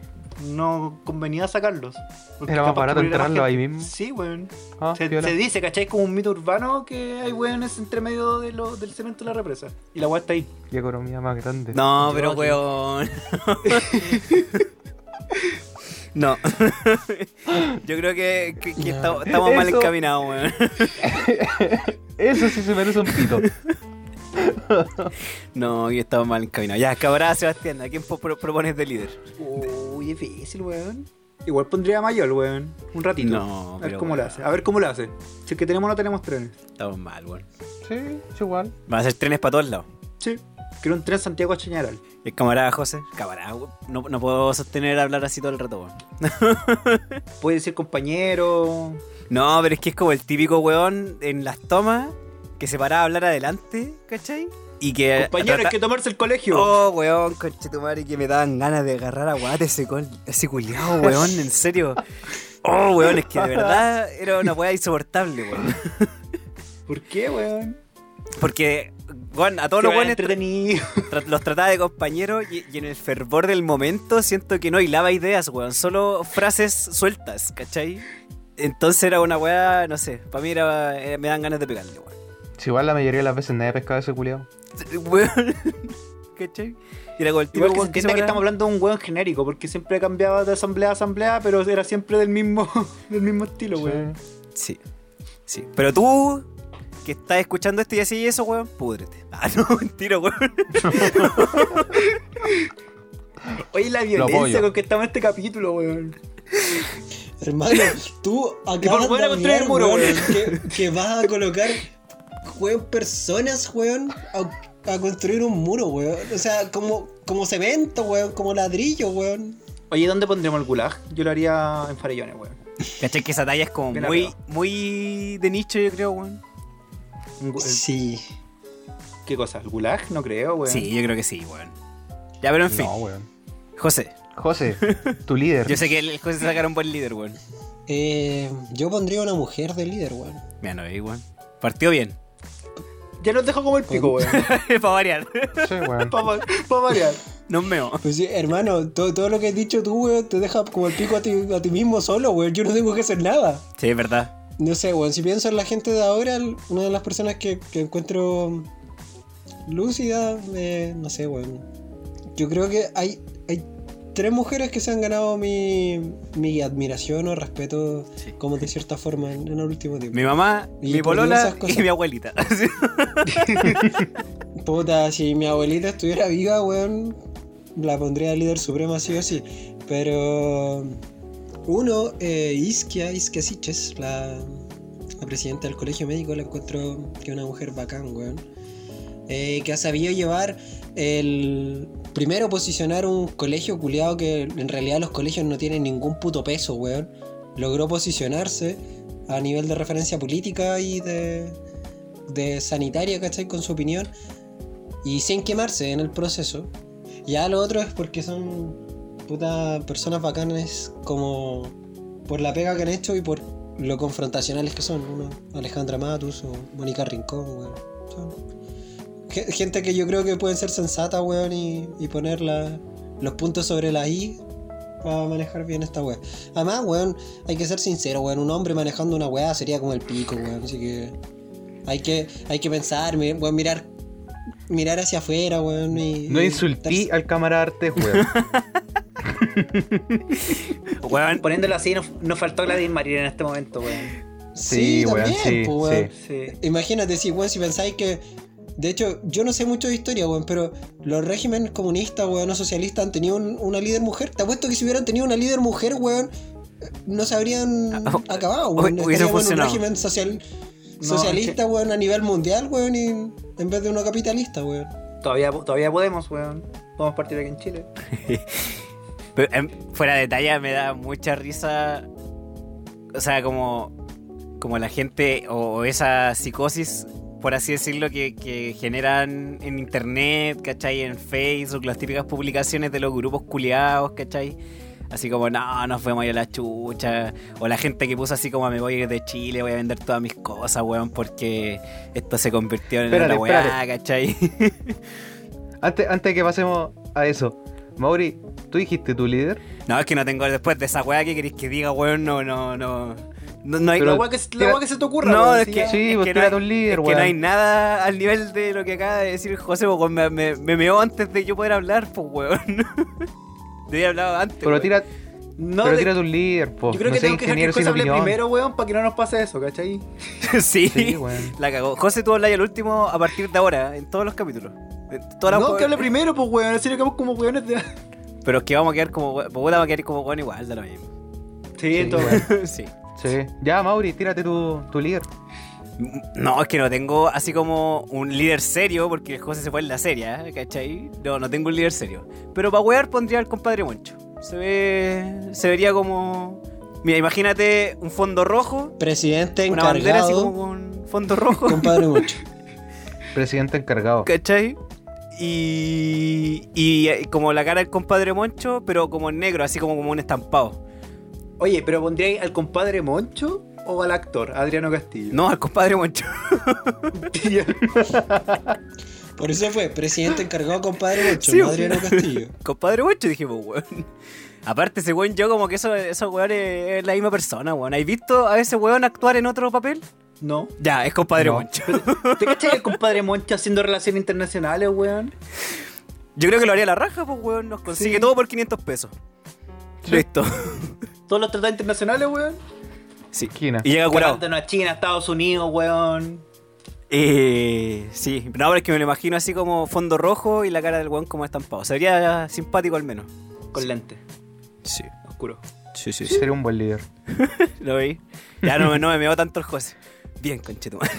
no convenía sacarlos. Porque
Era más
capaz que
barato
muriera más
enterrarlos
gente.
ahí mismo.
Sí, weón.
Ah,
Se,
piola.
se dice, ¿cachai? Como un mito urbano que hay weones entre medio de lo- del cemento de la represa. Y la weá está ahí.
Qué economía más grande.
No,
Yo
pero
aquí.
weón. No. Yo creo que, que- que esta- estamos mal
Eso-
encaminados, weón.
Eso sí se merece un pito.
No, yo estaba mal encaminado. Ya, camarada Sebastián, ¿a quién po- pro- propones de líder?
Uy, difícil, weón. Igual pondría a Mayol, weón. Un ratito.
No,
a ver
pero
cómo lo
weón.
hace. A ver cómo lo hace. Si es que tenemos o no tenemos trenes.
Estamos mal, weón.
Sí, es igual.
Van a ser trenes para todos lados.
Sí. Quiero un tren Santiago a Chañaral.
El camarada José, camarada, weón. No, no puedo sostener hablar así todo el rato, weón.
Puede decir compañero.
No, pero es que es como el típico weón en las tomas que se paraba a hablar adelante, ¿cachai? Y que.
Eh,
Compañero, hay
trata-
que tomarse el colegio.
Oh, weón, conchetumare, que me daban ganas de agarrar a guate ese, col- ese culiao, weón, en serio. Oh, weón, es que de verdad era una weá insoportable, weón.
¿Por qué, weón?
Porque, weón, a todos
Se
los
va
weones
entretenido.
tra- los trataba de compañeros y, y en el fervor del momento siento que no hilaba ideas, weón, solo frases sueltas, ¿cachai? Entonces era una weá, no sé, para mí era, eh, me dan ganas de pegarle, weón.
Si igual la mayoría de las veces nadie ha pescado ese culeado.
Weón, ¿cachai? Y era como el
Igual que se
tipo weón, que se
entienda que
paraba-
estamos hablando de un weón genérico, porque siempre cambiaba de asamblea a asamblea, pero era siempre del mismo, del mismo estilo, weón.
Sí.
Sí, sí. Pero tú, que estás escuchando esto y así eso, weón, púdrete. Ah, no, mentira, weón.
Oye, la
apoyo.
violencia con que estamos en este capítulo, weón.
Hermano, tú acabas
volver a
de
construir
hablar,
el muro,
weón, que, que vas a colocar, weón, personas, weón, a, a construir un muro, weón. O sea, como, como cemento, weón, como ladrillo, weón.
Oye, ¿dónde pondremos el gulag? Yo lo haría en Farellones, weón.
¿Cachai? Que esa talla es como
Bien
muy,
arriba.
muy de nicho, yo creo, weón.
Un gu-
Sí.
¿Qué cosa? ¿El gulag? No creo, weón.
Sí, yo creo que sí, weón. Ya, pero en fin.
No, weón.
José,
José, tu líder.
yo sé que el el José sacará un buen líder, weón.
Eh, yo pondría una mujer de líder, weón.
Mira, no veis, weón. Partió bien.
Ya nos dejó como el pico, weón.
Para variar.
Sí, weón.
Para variar.
Nos meo.
Pues sí, hermano, todo, todo lo que has dicho tú, weón, te deja como el pico a ti, a ti mismo solo, weón. Yo no tengo que hacer nada.
Sí, es verdad.
No sé, weón, si pienso en la gente de ahora, l- una de las personas que, que encuentro lúcida, eh, no sé, weón. Yo creo que hay, hay tres mujeres que se han ganado mi, mi admiración o respeto,
Sí.
como de cierta forma, en, en el último tiempo.
Mi mamá,
Y
mi
por
polola
diversas cosas.
y mi abuelita. Sí.
Puta, si mi abuelita estuviera viva, weón, la pondría de líder suprema sí o sí. Pero. Uno, eh, Isquia, Isquia Siches, la, la presidenta del colegio médico, la encuentro que es una mujer bacán, weón. Eh, que ha sabido llevar el. Primero, posicionar un colegio culiado que en realidad los colegios no tienen ningún puto peso, weón. Logró posicionarse a nivel de referencia política y de, de sanitaria, ¿cachai? Con su opinión y sin quemarse en el proceso. Ya lo otro es porque son puta personas bacanes como por la pega que han hecho y por lo confrontacionales que son. Uno, Alejandra Matus o Mónica Rincón, weón. Son ge- gente que yo creo que pueden ser sensata, weón, y, y poner la- los puntos sobre la I para manejar bien esta weá. Además, weón, hay que ser sincero, weón. Un hombre manejando una weá sería como el pico, weón. Así que hay que, hay que pensar, mi- weón, mirar, mirar hacia afuera, weón. Y,
No
y
insultí
estar-
al camararte, weón.
Weón,
Poniéndolo así, nos, nos faltó Gladys María en este momento, weón.
Sí,
Sí, weón,
también,
sí,
po, weón.
sí.
Sí.
Imagínate, si, weón, si pensáis que. De hecho, yo no sé mucho de historia, weón, pero los regímenes comunistas, weón, o socialistas han tenido un- una líder mujer. Te apuesto que si hubieran tenido una líder mujer, weón, eh, no se habrían
Ah, oh,
acabado,
hu-
weón.
hubiese
Estaríamos en un
funcionado.
régimen social,
No,
socialista, weón, a nivel mundial, weón, y en vez de uno capitalista, weón.
Todavía, todavía podemos, weón. Podemos partir aquí en Chile.
pero, em, fuera de talla me da mucha risa. O sea, como, como la gente o, o esa psicosis, por así decirlo, que, que generan en internet, ¿cachai? En Facebook, las típicas publicaciones de los grupos culiados, ¿cachai? Así como, no, nos fuimos a ir a la chucha. O la gente que puso así como, me voy a ir de Chile, voy a vender todas mis cosas, weón, porque esto se convirtió en
Espérate,
una weá,
espérate.
¿cachai?
Antes, antes de que pasemos a eso, Mauri, ¿tú dijiste tu líder?
No, es que no tengo después de esa weá que queréis que diga, weón, no, no, no. No, no hay.
Pero-
la weá que, se- la
tira-
weá que se te ocurra,
no,
weón,
es
si
que.
ya-
Sí,
es
pues
que
tírate
no hay,
un líder,
es que no hay
weón.
nada al nivel de lo que acaba de decir José, pues, weón, me, me, me meó antes de yo poder hablar, pues, weón. Debía hablado antes.
Pero
weón.
tira,
No,
pero
de-
tira tu líder, po.
yo creo
no
que
seas
tengo que dejar que el
ingeniero sin
José hable
opinión.
primero, weón, para que no nos pase eso, ¿cachai?
sí,
Sí, weón.
la cagó. José, tú hablas el último a partir de ahora, en todos los capítulos. En todas las
No,
we-
que hable primero, pues, weón. En serio, quedamos como weones de. Sí,
Pero es que vamos a quedar como. we- Pues, weón, vamos a quedar como weón igual, de lo mismo.
entonces,
weón.
sí.
Sí. Ya, Mauri, tírate tu, tu líder.
No, es que no tengo así como un líder serio, porque el José se fue en la seria, ¿eh? ¿cachai? No, no tengo un líder serio. Pero para wear pondría al compadre Moncho. Se ve. Se vería como. Mira, imagínate un fondo rojo,
Presidente
una bandera así como
encargado,
con fondo rojo,
compadre mucho.
Presidente encargado.
¿cachai? Y, y eh, como la cara del compadre Moncho, pero como en negro, así como, como un estampado.
Oye, pero pondría ahí al compadre Moncho o al actor, Adriano Castillo.
No, al compadre Moncho.
Por eso fue, presidente encargado, compadre mucho,
Sí,
Adriano Castillo.
compadre Moncho, dije, pues, weón. Aparte, ese weón, yo como que eso, esos weones es la misma persona, weón. ¿Has visto a ese weón actuar en otro papel?
No.
Ya, es compadre
No.
Moncho.
¿Te cachai el compadre Moncho haciendo relaciones internacionales, weón?
Yo creo que lo haría la raja, pues, weón. Nos consigue
Sí.
todo por 500 pesos. Listo.
Todos los tratados internacionales, weón.
Sí.
Esquina.
Y llega curado.
Ganándonos a China, Estados Unidos, weón.
Eh, sí, no, pero es que me lo imagino así como fondo rojo y la cara del weón como estampado. Sería simpático al menos.
Con lentes,
Sí,
oscuro.
sí, sí.
Sería un buen líder.
¿Lo veis? Ya no, me- no me meó tanto el José. Bien, conchetumare.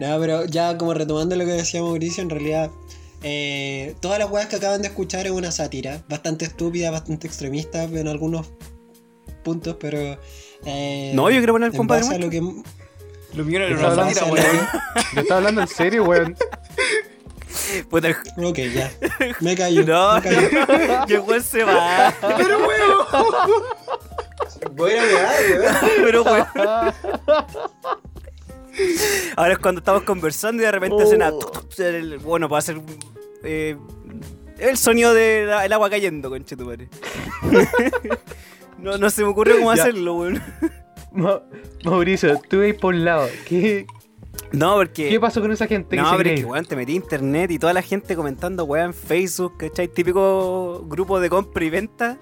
No, pero ya como retomando lo que decía Mauricio, en realidad eh, todas las weas que acaban de escuchar es una sátira, bastante estúpida, bastante extremista en algunos puntos, pero... eh,
No, yo quiero poner al
en
compadre
base a
Moncho.
lo que
Los millones
Está
no
hablando-
salieron, weón.
¿Le estás hablando en serio, weón?
Puta, el-
Ok, ya. Me callo.
No,
me callo.
y el weón se va.
Pero weón.
Voy a wear, weón.
Pero weón. Ahora es cuando estamos conversando y de repente hacen a tuc, tuc, el- Bueno, puede ser eh, el sonido del agua cayendo, conchetumare. no, no se me ocurrió cómo
Ya.
hacerlo, weón.
Ma- Mauricio, tú veis por un lado. ¿Qué,
No, porque.
¿Qué pasó con esa gente que
No,
se
pero es
cree?
que, weón, te metí a internet y toda la gente comentando, weón, en Facebook, ¿cachai? Típico grupo de compra y venta,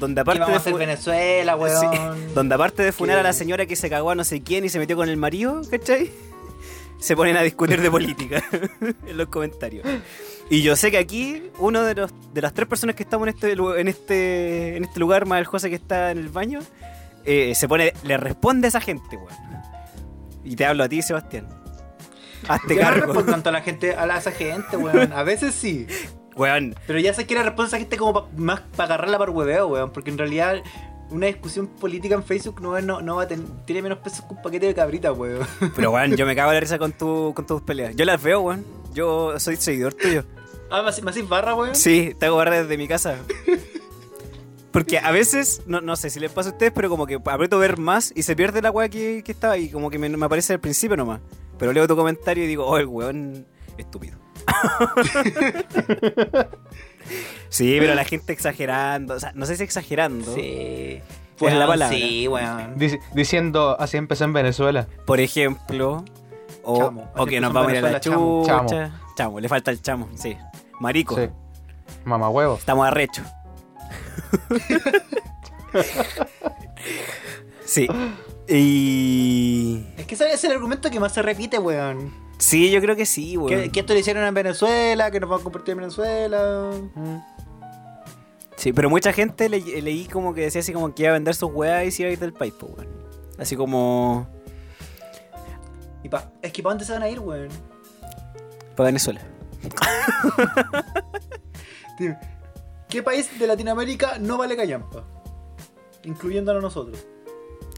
donde
¿Qué
aparte
vamos a
de
hacer
fu-
Venezuela, weón?
donde aparte de funar
¿Qué?
a la señora que se cagó a no sé quién y se metió con el marido, ¿cachai? Se ponen a discutir de política en los comentarios. Y yo sé que aquí, uno de los de las tres personas que estamos en este lu- en este, en este lugar, más el José que está en el baño, eh, se pone, le responde a esa gente, weón. Y te hablo a ti, Sebastián.
¿Por
Hazte
qué no
cargo.
respondo tanto a la gente, a, la- a esa gente, weón? A veces sí.
Weón,
Pero ya sé que la respuesta a esa gente como pa- más para agarrarla por hueveo, weón. Porque en realidad una discusión política en Facebook no, no, no va a tener... Tiene menos pesos que un paquete de cabrita, weón.
Pero, weón, yo me cago en la risa con, tu, con tus peleas. Yo las veo, weón. Yo soy seguidor tuyo.
Ah, ¿me haces me haces barra, weón?
Sí, te hago barra desde mi casa. Porque a veces, no, no sé si les pasa a ustedes, pero como que aprieto ver más y se pierde la weá que, que estaba y como que me, me aparece al principio nomás. Pero leo tu comentario y digo, oh, el weón estúpido. sí, pero la gente exagerando. O sea, no sé si exagerando.
Sí.
Pues la
Weón,
palabra.
Sí, weón.
Dic- diciendo, así empezó en Venezuela.
Por ejemplo, o,
Chamo.
o
Así
que
empezó
nos
en
vamos a ir a la
Venezuela, chamo.
chucha.
Chamo.
Chamo, le falta el chamo, sí. Marico.
Sí. Mamá huevo.
Estamos arrechos. sí. Y.
Es que ese es el argumento que más se repite, weón.
Sí, yo creo que sí,
Que,
weón.
que esto lo hicieron en Venezuela, que nos van a convertir en Venezuela.
Sí, pero mucha gente le- leí como que decía así como que iba a vender sus weas y se iba a ir del país, pues, weón. Así como.
Y pa, es que ¿para dónde se van a ir, weón?
para Venezuela.
Tío, ¿Qué país de Latinoamérica no vale callampa? Incluyéndonos nosotros.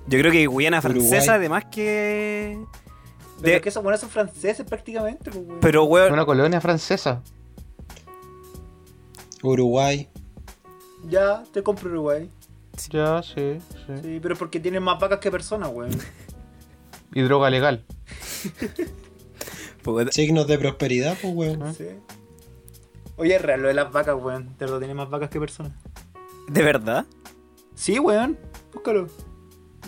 Yo creo que Guyana
Uruguay.
francesa, además que.
Pero
De-
es que esos buenos son franceses prácticamente, pues, weón.
Pero, weón.
Una colonia francesa.
Uruguay.
Ya, te compro Uruguay.
Ya, sí, sí.
Sí, pero porque tienen más vacas que personas, weón.
Y droga legal.
pues, weón,
Signos de prosperidad, pues, weón.
Sí. Oye, es real lo de las vacas, weón. De verdad, tienen más vacas que personas.
¿De verdad?
Sí, weón. Búscalo.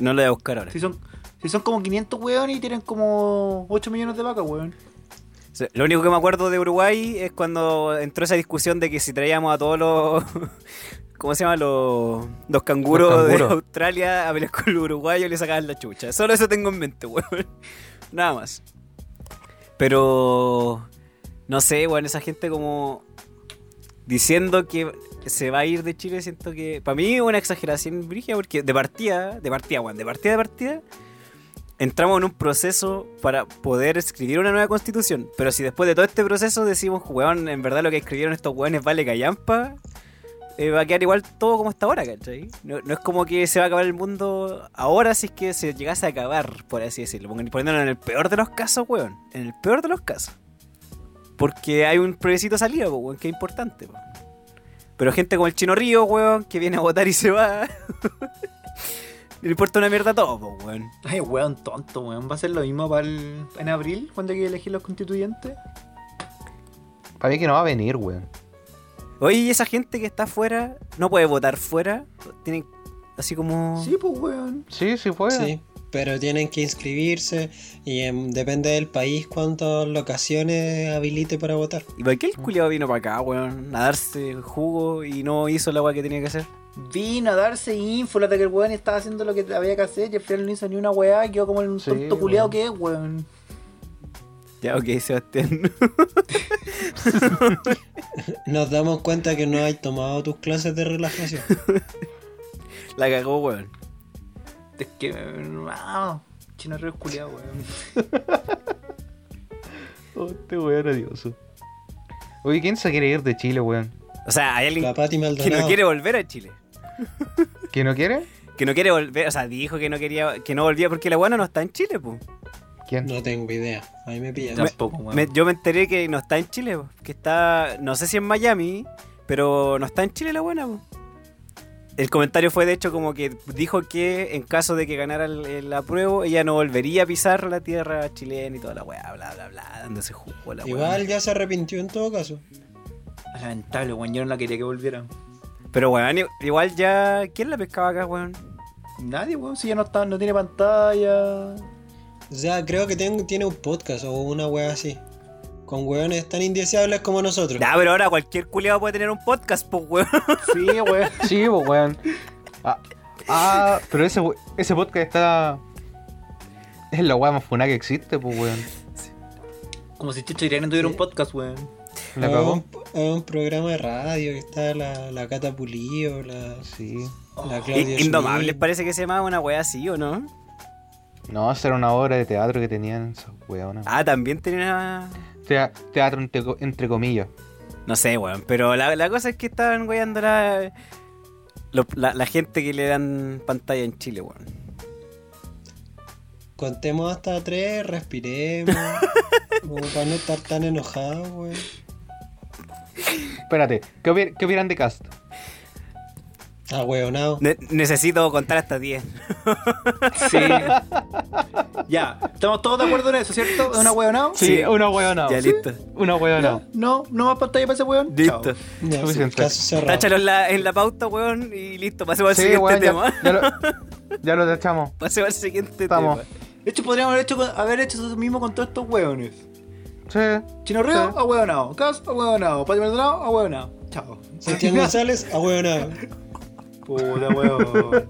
No lo voy a buscar ahora.
Si son, si son como 500, weón, y tienen como 8 millones de vacas, weón.
O sea, Lo único que me acuerdo de Uruguay es cuando entró esa discusión de que si traíamos a todos los. ¿Cómo se llama? Los, los canguros
Los canguros.
de Australia a pelear con los uruguayos le sacaban la chucha. Solo eso tengo en mente, weón. Nada más. Pero. No sé, weón, esa gente como. Diciendo que se va a ir de Chile, siento que. Para mí es una exageración, Brigia, porque de partida, de partida, weón, de partida, de partida entramos en un proceso para poder escribir una nueva constitución. Pero si después de todo este proceso decimos, weón, en verdad lo que escribieron estos weones vale callampa, eh, va a quedar igual todo como está ahora, ¿cachai? No, no es como que se va a acabar el mundo ahora si es que se llegase a acabar, por así decirlo. Pon- Poniéndolo en el peor de los casos, weón. En el peor de los casos. Porque hay un plebiscito de salida, po, weón, que es importante, po. Pero gente como el Chino Río, weón, que viene a votar y se va. Le importa una mierda todo, po, weón.
Ay, weón, tonto, weón. ¿Va a ser lo mismo para el... en abril, cuando hay que elegir los constituyentes?
Para mí que no va a venir, weón.
Oye, ¿y esa gente que está afuera no puede votar fuera? Tienen así como...
Sí, pues, weón.
Sí, sí fue.
Sí. Pero tienen que inscribirse y em, depende del país cuántas locaciones habilite para votar.
¿Y para qué el culiado vino para acá, weón? A darse jugo y no hizo la agua que tenía que hacer.
Vino a darse info, la de que el weón estaba haciendo lo que había que hacer y al final no hizo ni una weá y quedó como el
Sí,
tonto culiado
weón.
que es, weón.
Ya, ok, Sebastián.
Nos damos cuenta que no has tomado tus clases de relajación.
la cagó, weón.
Es que, wow. Chino Río es culiado, weón.
Oh, este weón odioso. Oye, ¿quién se quiere ir de Chile, weón?
O sea, hay alguien
La Pati
que
Maldonado.
no quiere volver a Chile.
¿Que no quiere?
Que no quiere volver, o sea, dijo que no quería, que no volvía porque la guana no está en Chile, po.
¿Quién?
No tengo idea. Ahí me pillan.
Tampoco, weón.
Me- yo me enteré que no está en Chile, po, que está, no sé si en Miami, pero no está en Chile la buena. po. El comentario fue de hecho como que dijo que en caso de que ganara el, el apruebo, ella no volvería a pisar la tierra chilena y toda la weá, bla, bla, bla, dándose jugo la weá.
Igual ya se arrepintió en todo caso.
Lamentable, weón. Yo no la quería que volviera.
Pero weón, i- igual ya, ¿quién la pescaba acá, weón?
Nadie, weón. Si ya no, está, no tiene pantalla.
O sea, creo que ten- tiene un podcast o una wea así. Con weones tan indeseables como nosotros.
Nah, pero ahora cualquier culiado puede tener un podcast, pues weón.
Sí, weón.
Sí, pues, weón. Ah, ah, pero ese, we- ese podcast está. Es la weá más funada que existe, pues, weón.
Como si Chicho Irene tuviera
Sí.
un podcast, weón.
La
Es
cagó.
un, es un programa de radio que está la, la Cata Pulido, la,
Sí.
la Claudia.
Oh, Indomables
Schmidt.
parece que se llamaba una weá así, ¿o no?
No, esa era una obra de teatro que tenían esos weones.
Ah, también tenía...
Tea- teatro entre, co- entre comillas.
No sé, weón, pero la, la cosa es que estaban weyando la, lo- la, la gente que le dan pantalla en Chile, weón.
Contemos hasta tres, respiremos. como para no estar tan enojados, weón.
Espérate, ¿qué, opi- qué opinan de Cast?
Ah, weonado.
Ne- necesito contar hasta 10.
Sí. ya, estamos todos de acuerdo en eso, ¿cierto? ¿Es una weón, no?
Sí, Sí,
una weona.
ya listo.
Una weona.
No, no más pantalla para ese weón.
Listo.
Chao.
Ya, sí,
Suficiente.
caso cerrado.
Táchalo en la, en la pauta, weón, y listo. Pasemos al siguiente
weón,
este tema.
ya, ya lo, ya lo tachamos.
Pasemos al siguiente
Estamos.
tema.
De hecho, podríamos haber hecho, con- haber hecho eso mismo con todos estos weones.
Sí.
Chino Reo,
Sí.
a huevonao. Cas, a huevonao. Pati Maldonado, a huevonao. Chao.
Sebastián González, ah, weonado.
Puta huevón.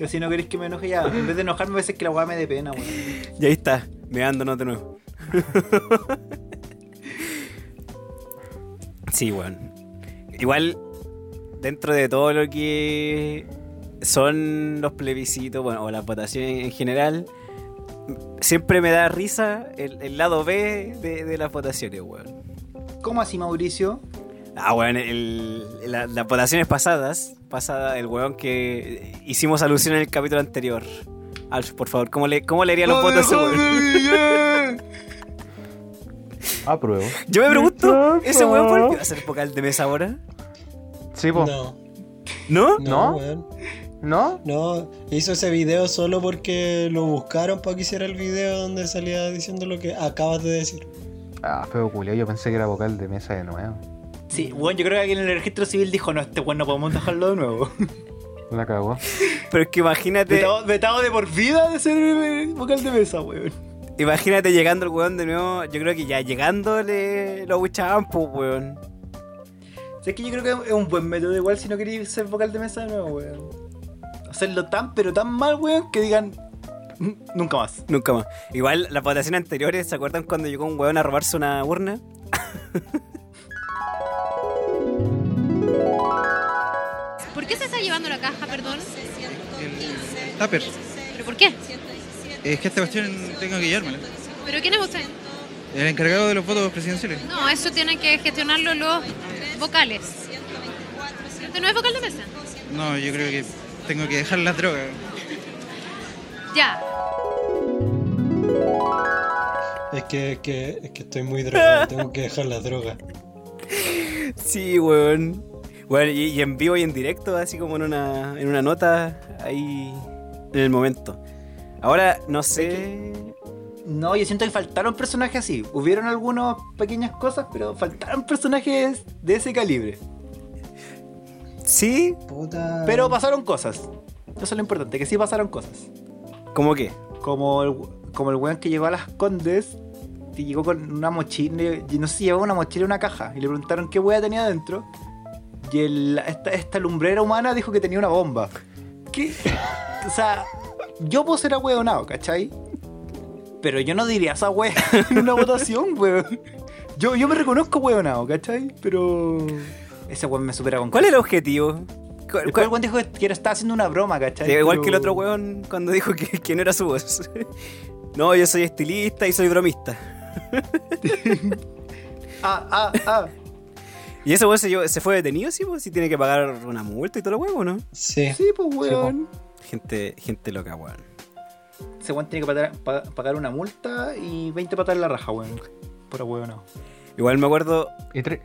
Yo si no queréis que me enoje ya, en vez de enojarme, a veces que la hueá me dé pena, weón.
Y ahí está, meándonos de nuevo. sí, weón. Igual, dentro de todo lo que son los plebiscitos, bueno, o las votaciones en general, siempre me da risa el, el lado B de, de las votaciones, weón.
¿Cómo así, Mauricio?
Ah, weón, el- la- las votaciones pasadas, pasada, el weón que hicimos alusión en el capítulo anterior. Alf, por favor, ¿cómo, le, cómo leería los votos a ese weón?
Apruebo.
Yo me pregunto, ¿ese weón por qué va a ser vocal de mesa ahora?
Sí, po. No.
¿No?
No, no,
¿No?
weón. No, hizo ese video solo porque lo buscaron para que hiciera el video donde salía diciendo lo que acabas de decir.
Ah, feo culiao, yo pensé que era vocal de mesa de nuevo.
Sí, weón, yo creo que alguien en el registro civil dijo, no, este weón no podemos dejarlo de nuevo.
La cagó.
Pero es que imagínate,
Vetado, vetado de por vida de ser eh, vocal de mesa, weón.
imagínate llegando el weón de nuevo. Yo creo que ya llegando le lo abuchaban, pues, weón.
O sea, es que yo creo que es un buen método igual si no queréis ser vocal de mesa de nuevo, weón. Hacerlo tan, pero tan mal, weón, que digan, "Mm, nunca más.
Nunca más. Igual las votaciones anteriores, ¿se acuerdan cuando llegó un weón a robarse una urna?
¿Por qué se está llevando la caja, perdón?
El tupper.
¿Pero por qué?
Es que esta cuestión tengo que llevármela.
¿Pero quién es usted?
El encargado de los votos presidenciales.
No, eso tienen que gestionarlo los vocales. ¿Usted no es vocal de mesa?
No, yo creo que tengo que dejar las drogas.
Ya.
Es que, es que, es que estoy muy drogado, tengo que dejar las drogas.
Sí, weón. Bueno, y, y en vivo y en directo, así como en una, en una nota ahí en el momento. Ahora, no sé.
No, yo siento que faltaron personajes así. Hubieron algunas pequeñas cosas, pero faltaron personajes de ese calibre.
¿Sí?
Puta.
Ah.
Pero pasaron cosas. Eso es lo importante, que sí pasaron cosas.
¿Cómo qué?
Como el, como el weón que llegó a las Condes, que llegó con una mochila, y no sé si llevaba una mochila y una caja, y le preguntaron qué weá tenía adentro. Y el- esta, esta lumbrera humana dijo que tenía una bomba. ¿Qué? O sea, yo puedo ser ahueonado, ¿cachai? Pero yo no diría esa wea en una votación, weón. Yo, yo me reconozco hueonado, ¿cachai? Pero. Ese weón me supera con.
¿Cuál es el objetivo? ¿Cuál-
El
cuál-
weón dijo que era- estaba haciendo una broma, ¿cachai?
Sí, igual
Pero-
que el otro weón cuando dijo que, que no era su voz. No, yo soy estilista y soy bromista.
Ah, ah, ah.
Y ese weón se, llevó- se fue detenido, sí, pues, si tiene que pagar una multa y todo lo huevo, ¿no?
Sí.
Sí, pues, weón.
Gente, gente loca, weón.
ese weón tiene que patar- pa- pagar una multa y 20 patas en la raja, weón. Pura weón, no.
Igual me acuerdo.
Y, tres,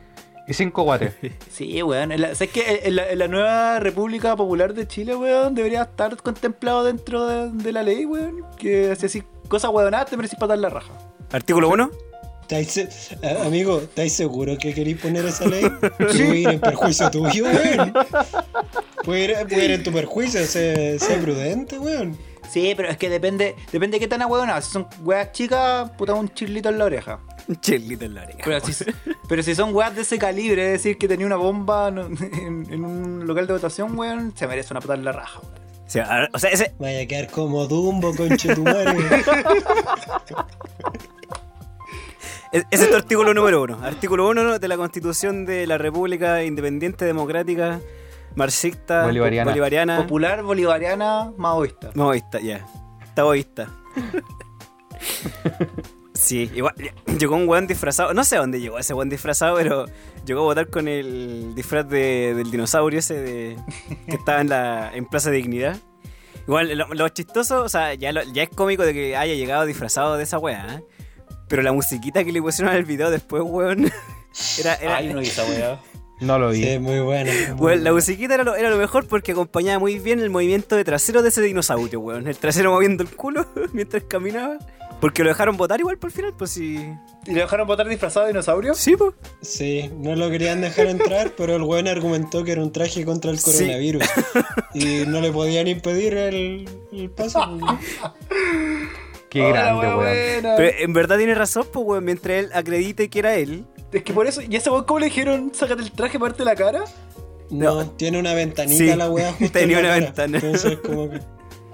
y cinco guates.
Sí, weón. En la- ¿Sabes qué? En la, en la nueva República Popular de Chile, weón, debería estar contemplado dentro de, de la ley, weón. Que si así cosas weonadas te mereces patar en la raja.
Artículo 1.
¿Estáis se- ah, amigo, ¿estáis seguro que queréis poner esa ley? Que voy a ir en perjuicio tuyo, weón. Puede ir, puede ir en tu perjuicio, sé, sé prudente, weón.
Sí, pero es que depende, depende de qué tan ahueonadas. Si son weas chicas, puta un chirlito en la oreja.
Un chelito en la oreja.
Pero si, pero si son weas de ese calibre, es decir, que tenía una bomba no- en, en un local de votación, weón, se merece una patada en la raja. weón.
O sea, a- o sea, ese,
Vaya a quedar como Dumbo, conchetumare.
ese es tu artículo número 1. Artículo 1 de la Constitución de la República Independiente Democrática Marxista
Bolivariana.
Bolivariana.
Popular, bolivariana, maoísta.
Maoísta, ya. Taoísta. sí, igual llegó un weón disfrazado. No sé a dónde llegó ese weón disfrazado, pero llegó a votar con el disfraz de- del dinosaurio ese de, que estaba en, la, en Plaza Dignidad. Igual, lo, lo chistoso, o sea, ya, lo- ya es cómico de que haya llegado disfrazado de esa weá, ¿eh? Pero la musiquita que le pusieron al video después, weón, era, era,
Ay, no esa wea.
No lo vi.
Sí, muy bueno.
Weón, la musiquita era lo, era lo mejor porque acompañaba muy bien el movimiento de trasero de ese dinosaurio, weón. El trasero moviendo el culo mientras caminaba. Porque lo dejaron votar igual por el final, pues sí.
¿Y le dejaron votar disfrazado de dinosaurio?
Sí, pues.
Sí, no lo querían dejar entrar, pero el weón argumentó que era un traje contra el
Sí.
coronavirus. Y no le podían impedir el, el paso. pues,
Qué
Hola,
grande,
wea
weón.
buena.
Pero en verdad tiene razón, pues, weón. Mientras él acredite que era él.
Es que por eso, ¿y a ese weón cómo le dijeron, sácate el traje, parte la cara?
No,
No.
tiene una ventanita
Sí,
la weá. justo en
tenía
la
una
cara.
ventana.
Entonces, como que.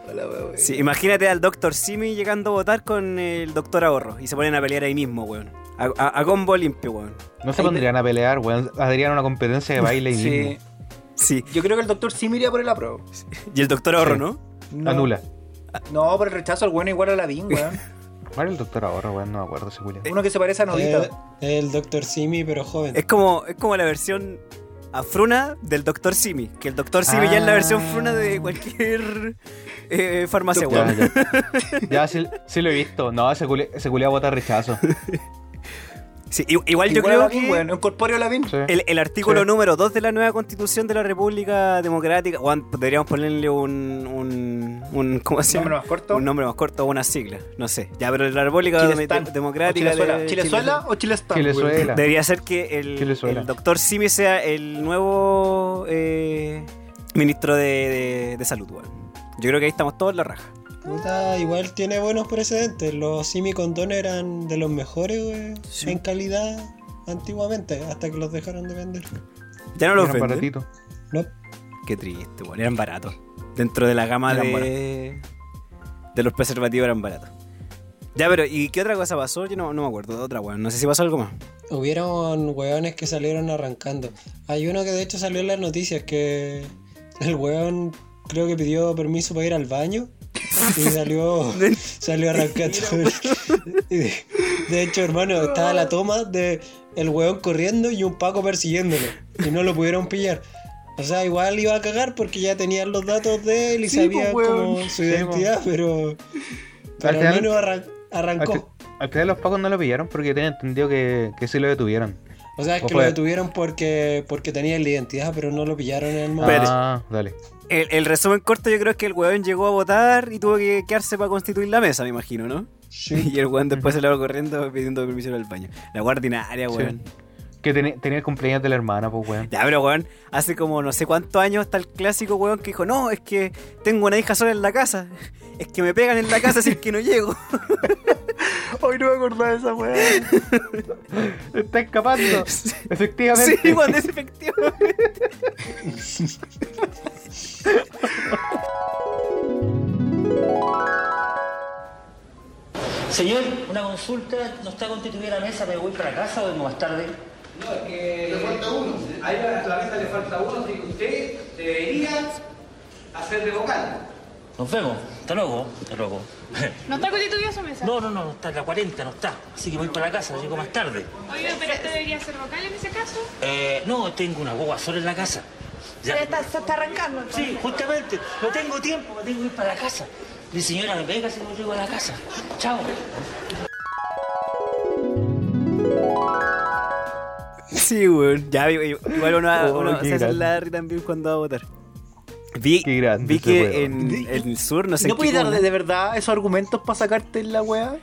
Hola, wea, wea.
Sí, imagínate al Dr. Simi llegando a votar con el Doctor Ahorro. Y se ponen a pelear ahí mismo, weón. A, a- a combo limpio, weón.
No se pondrían a pelear, weón. Harían una competencia de baile y
Sí.
ritmo.
Sí.
Yo creo que el doctor sí me iría por el apro.
Y el Doctor Ahorro,
Sí.
¿no?
No,
Anula.
No, por el rechazo al bueno igual a la BIN, weón.
¿Cuál era el doctor ahorro, weón? No me acuerdo ese culiao.
Uno que se parece a
eh,
Novita.
el Dr. Simi, pero joven.
Es como, es como la versión afruna del Doctor Simi. Que el Doctor Simi ya es la versión
Ah.
fruna de cualquier eh, farmacia,
Ya,
weón.
ya. Ya, sí, sí lo he visto. No, ese culiao, ese culiao vota rechazo.
Sí, i- igual
Igual
yo
a
creo
la BIN,
que
weón. Un corpóreo la BIN.
Sí.
el, el artículo
Sí.
número 2 de la nueva constitución de la República Democrática, weón, deberíamos ponerle un, un, un- ¿cómo se
Nombre
llama?
más corto.
Un nombre más corto o una sigla, no sé. Ya, pero la República
Chilestán.
Dem-
O
Democrática
Chilezuela.
de-
¿Chilezuela o Chilestán?
Chilezuela.
Debería ser que el,
Chilezuela.
el doctor Simi sea el nuevo eh, ministro de, de- de salud, weón. Yo creo que ahí estamos todos en la raja.
Puta, igual tiene buenos precedentes. Los Simi Condón eran de los mejores, weón,
Sí.
en calidad antiguamente, hasta que los dejaron de vender.
Ya no los
Era un
venden.
baratito.
No,
Qué triste, weón. Eran baratos. Dentro de la gama
Eran
de... de los preservativos eran baratos. Ya, pero ¿y qué otra cosa pasó? Yo no, no me acuerdo de otra, weón. No sé si pasó algo más.
Hubieron hueones que salieron arrancando. Hay uno que de hecho salió en las noticias que el hueón creo que pidió permiso para ir al baño y salió, salió arrancando. Y de- De hecho, hermano, estaba la toma de el hueón corriendo y un paco persiguiéndolo y no lo pudieron pillar. O sea, igual iba a cagar porque ya tenían los datos de él y
Sí,
sabían
pues,
como
hueón.
Sí,
su
pues.
identidad, pero, pero
final-
al menos arran-
Al,
arrancó.
fi- al final los pacos no lo pillaron porque tenía entendido que, que sí lo detuvieron.
O sea, es
O
que
fue-
lo detuvieron porque, porque tenía la identidad, pero no lo pillaron en el momento.
Ah, dale.
El, el resumen corto yo creo es que el weón llegó a votar y tuvo que quedarse para constituir la mesa, me imagino, ¿no?
Sí.
Y el weón después se le va corriendo pidiendo permiso al baño. La guardinaria,
Sí.
weón.
Que teni- tenía el cumpleaños de la hermana, pues, weón.
Ya, pero weón, hace como no sé cuántos años está el clásico weón que dijo, no, es que tengo una hija sola en la casa. Es que me pegan en la casa si es que no llego.
Hoy no me acordaba de esa weá.
Se está escapando. Efectivamente.
Sí, weón, efectivo.
Señor, una consulta, no está constituida la mesa, me voy para casa o vengo más tarde. No, es que. Le falta uno. Ahí a la mesa le falta uno, así que usted debería hacer de vocal. Nos vemos, hasta luego, hasta luego.
¿No está constituida su mesa?
No, no, no, está la 40, no está. Así que voy para casa, llego más tarde.
Oye, pero este debería ser vocal en ese caso.
Eh, no, tengo una boba sola en la casa. Ya.
Se está, se está arrancando. entonces.
Sí, justamente, no tengo tiempo, me tengo que ir para la casa. Mi señora, venga, si no llego a la casa. Chao.
Sí, weón. Ya, igual uno,
Oh,
uno
qué
se hace
grande.
el Larry también cuando va a votar. Vi,
Qué grande este
vi
ese
que
weón.
en, en el sur, no sé
¿No
en
puedes
qué
dar de,
comuna-
de verdad esos argumentos para sacarte la weá?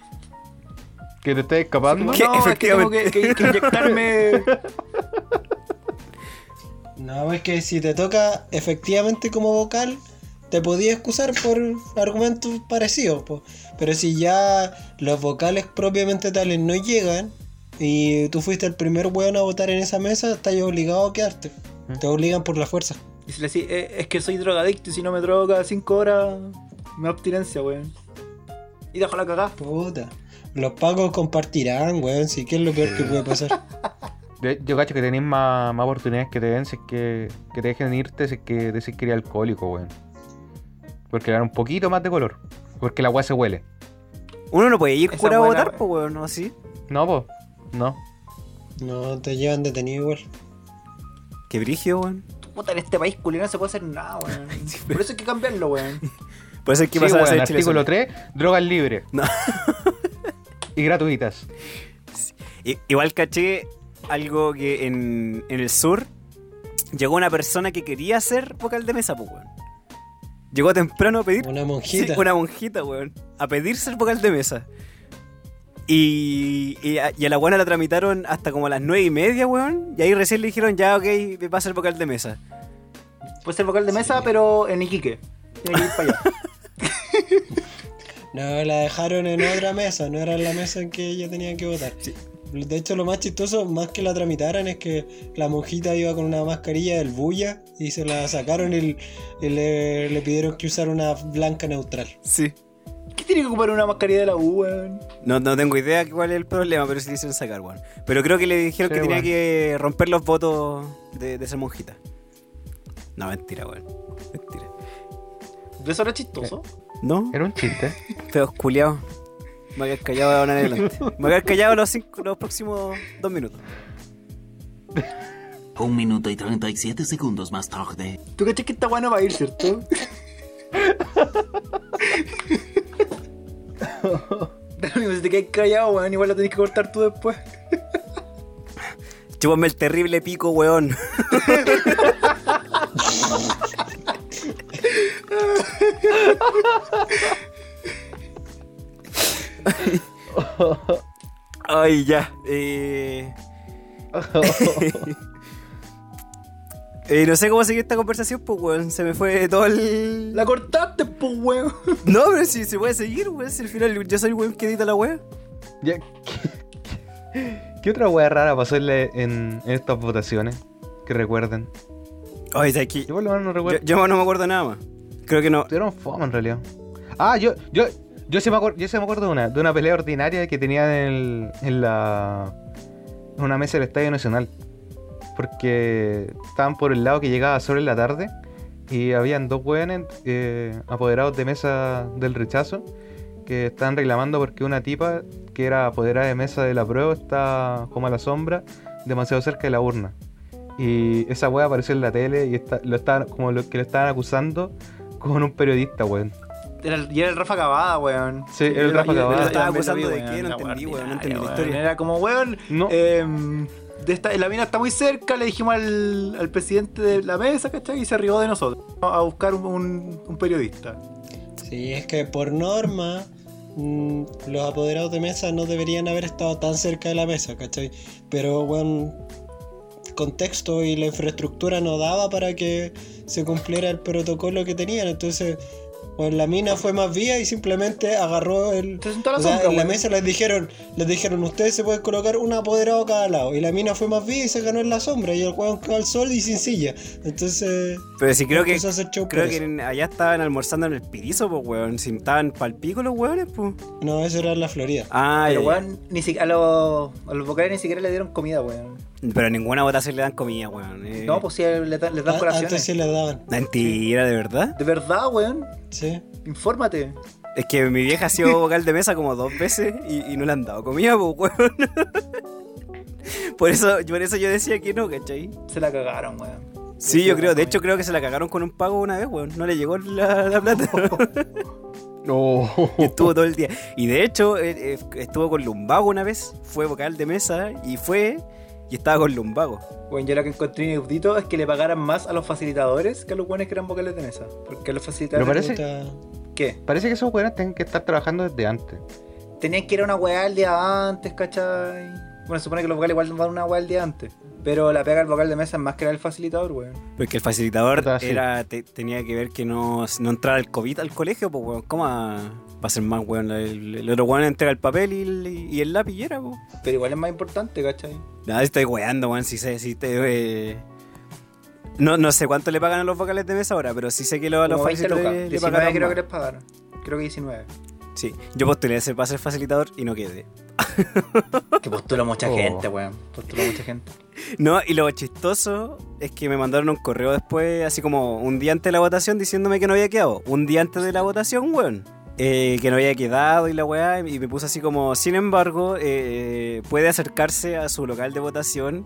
¿Que te estás escapando?
No, es que tengo que, que- que inyectarme.
Ah.
No, es que si te toca efectivamente como vocal, te podía excusar por argumentos parecidos. po. Pero si ya los vocales propiamente tales no llegan y tú fuiste el primer weón a votar en esa mesa, estás obligado a quedarte. Te obligan por la fuerza.
Y si le decís, "Eh, es que soy drogadicto y si no me drogo cada 5 horas, me da abstinencia, weón. Y dejo la cagada.
Puta. Los pagos compartirán, weón, si que es lo peor que puede pasar.
Yo, yo cacho que tenés más, más oportunidades que te den si es que, que te dejen irte si es que decís que eres alcohólico, weón. Porque le dan un poquito más de color. Porque la weá se huele.
Uno no puede ir
Esa
curado a
buena,
votar, pues, weón, ¿no? Así.
No, po. No.
No, te llevan detenido igual.
Qué brigio, weón.
Puta, en este país culino no se puede hacer nada, weón. Por eso hay que cambiarlo, weón.
Por eso es que
sí,
pasa a
weón,
ser Chile
artículo
Azul.
3, drogas libres.
No.
y gratuitas.
I- Igual caché algo que en, en el sur llegó una persona que quería ser vocal de mesa, pues, weón. Llegó temprano a pedir
Una
Sí,
monjita.
una monjita, weón. A pedir ser vocal de mesa. Y, y a, y a la buena la tramitaron hasta como a las nueve y media, weón. Y ahí recién le dijeron, ya, ok, va a ser vocal de mesa.
Puede ser vocal de mesa, pero en Iquique. Tiene que ir para allá.
No, la dejaron en otra mesa, no era en la mesa en que ella tenía que votar. De hecho, lo más chistoso, más que la tramitaran, es que la monjita iba con una mascarilla del bulla y se la sacaron y, y le, le pidieron que usara una blanca neutral.
Sí.
¿Qué tiene que ocupar una mascarilla de la U, weón?
No, no tengo idea cuál es el problema, pero sí le hicieron sacar, weón. Pero creo que le dijeron
Sí,
que tenía
weón.
que romper los votos de, de ser monjita. No, mentira, weón. Mentira.
¿De eso era chistoso?
¿No?
Era un chiste.
Feos culiados. Me voy a quedar callado de ahora en adelante. Me voy a quedar callado los, cinco- los próximos dos minutos.
Un minuto y 37 segundos más tarde.
¿Tú cachas que esta weá no va a ir, cierto? Da lo mismo, si te quedas callado, weón, igual lo tenés que cortar tú después.
Chúpame el terrible pico, weón. Ay, ya. Eh... Eh, no sé cómo seguir esta conversación, pues, weón. Se me fue todo el.
La cortaste, pues, weón.
No, pero si se puede seguir, weón. Si al final yo soy el weón que edita la weá.
Ya, ¿qué, qué otra weá rara pasó en, la- en- en estas votaciones? Que recuerden.
Ay, ¿sabes qué?
Yo por lo menos no
Yo,
recuerdo.
yo no me acuerdo nada más. Creo que no.
Tuvieron fama en realidad. Ah, yo, yo, yo sí me acuerdo, yo sí me acuerdo de una, de una pelea ordinaria que tenían en, el- en la. en una mesa del Estadio Nacional. Porque estaban por el lado que llegaba sobre la tarde. Y habían dos weones eh, apoderados de mesa del rechazo. Que estaban reclamando porque una tipa que era apoderada de mesa de la prueba está como a la sombra, demasiado cerca de la urna. Y esa wea apareció en la tele y está- lo estaban, como lo, que lo estaban acusando con un periodista, weón.
Era, el- y era el Rafa Cavada, weón.
Sí, era el Rafa Cavada.
Yo también
Estaba
lo
acusando
vi,
de
weón,
qué, no
la
entendí,
weá
weón, no entendí la
ordinaria,
historia.
weón. Era como, weón,
No.
em, de esta, la mina está muy cerca, le dijimos al, al presidente de la mesa, ¿cachai? Y se arribó de nosotros a buscar un, un- un periodista.
Sí, es que por norma, mm, los apoderados de mesa no deberían haber estado tan cerca de la mesa, ¿cachai? Pero, bueno, contexto y la infraestructura no daba para que se cumpliera el protocolo que tenían, entonces, bueno, la mina fue más vía y simplemente agarró el...
Se sentó a la
o sea,
sombra,
en la
weón.
mesa les dijeron, les dijeron, ustedes se pueden colocar un apoderado a cada lado. Y la mina fue más vía y se ganó en la sombra. Y el weón quedó al sol y sin silla. Entonces,
Pero sí creo que.
empezó a hacer show
Creo
por
que
eso.
en- allá estaban almorzando en el pirizo, pues, weón. Si estaban pal pico los weones, pues.
No, eso era en la Florida.
Ah,
Pero,
ya, ya.
weón, ni si- a, los, a los vocales ni siquiera le dieron comida, weón.
Pero a ninguna votación le dan comida, weón. eh.
No, pues sí, le, da- les dan
Ah, Antes
colaciones.
sí les daban,
Mentira, de verdad.
De verdad, weón.
sí.
Infórmate.
Es que mi vieja ha sido vocal de mesa como dos veces y, y no le han dado comida, pues, weón. por, eso, por eso yo decía que no, ¿cachai?
Se la cagaron, weón.
Sí, yo
no
creo. De
comí.
hecho, creo que se la cagaron con un pago una vez, weón. No le llegó la, la plata. Y estuvo todo el día. Y de hecho, eh, eh, estuvo con lumbago una vez, fue vocal de mesa y fue y estaba con lumbago.
Bueno, yo lo que encontré inaudito es que le pagaran más a los facilitadores que a los buenos que eran vocales de mesa. Porque a los
Pero
facilitadores.
parece.
¿Qué?
Parece que esos weones tienen que estar trabajando desde antes.
Tenían que ir a una weá el día antes, ¿cachai? Bueno, se supone que los vocales igual van a una weá el día antes. Pero la pega al vocal de mesa es más que la del facilitador, weón.
Porque el facilitador
Puta, sí.
era, te- tenía que ver que no, no entrara el COVID al colegio, pues, weón. ¿Cómo va va a ser más, weón? El, el otro weón entrega el papel y el, y el lápiz y era, pues.
Pero igual es más importante, ¿cachai?
No, estoy weando, weón. Si sé, si te. eh, No, no sé cuánto le pagan a los vocales de mesa ahora, pero sí sé que lo- a los
Como 20 lucas.
facilitadores le
19
pagan.
creo que les pagaron. Creo que 19.
Sí, yo postulé ese pase facilitador y no quedé.
que postula mucha
Oh.
gente, weón. Postula mucha gente.
No, y lo chistoso es que me mandaron un correo después, así como un día antes de la votación, diciéndome que no había quedado. Un día antes de la votación, weón. Eh, que no había quedado y la weá, y me puso así como, sin embargo, eh, puede acercarse a su local de votación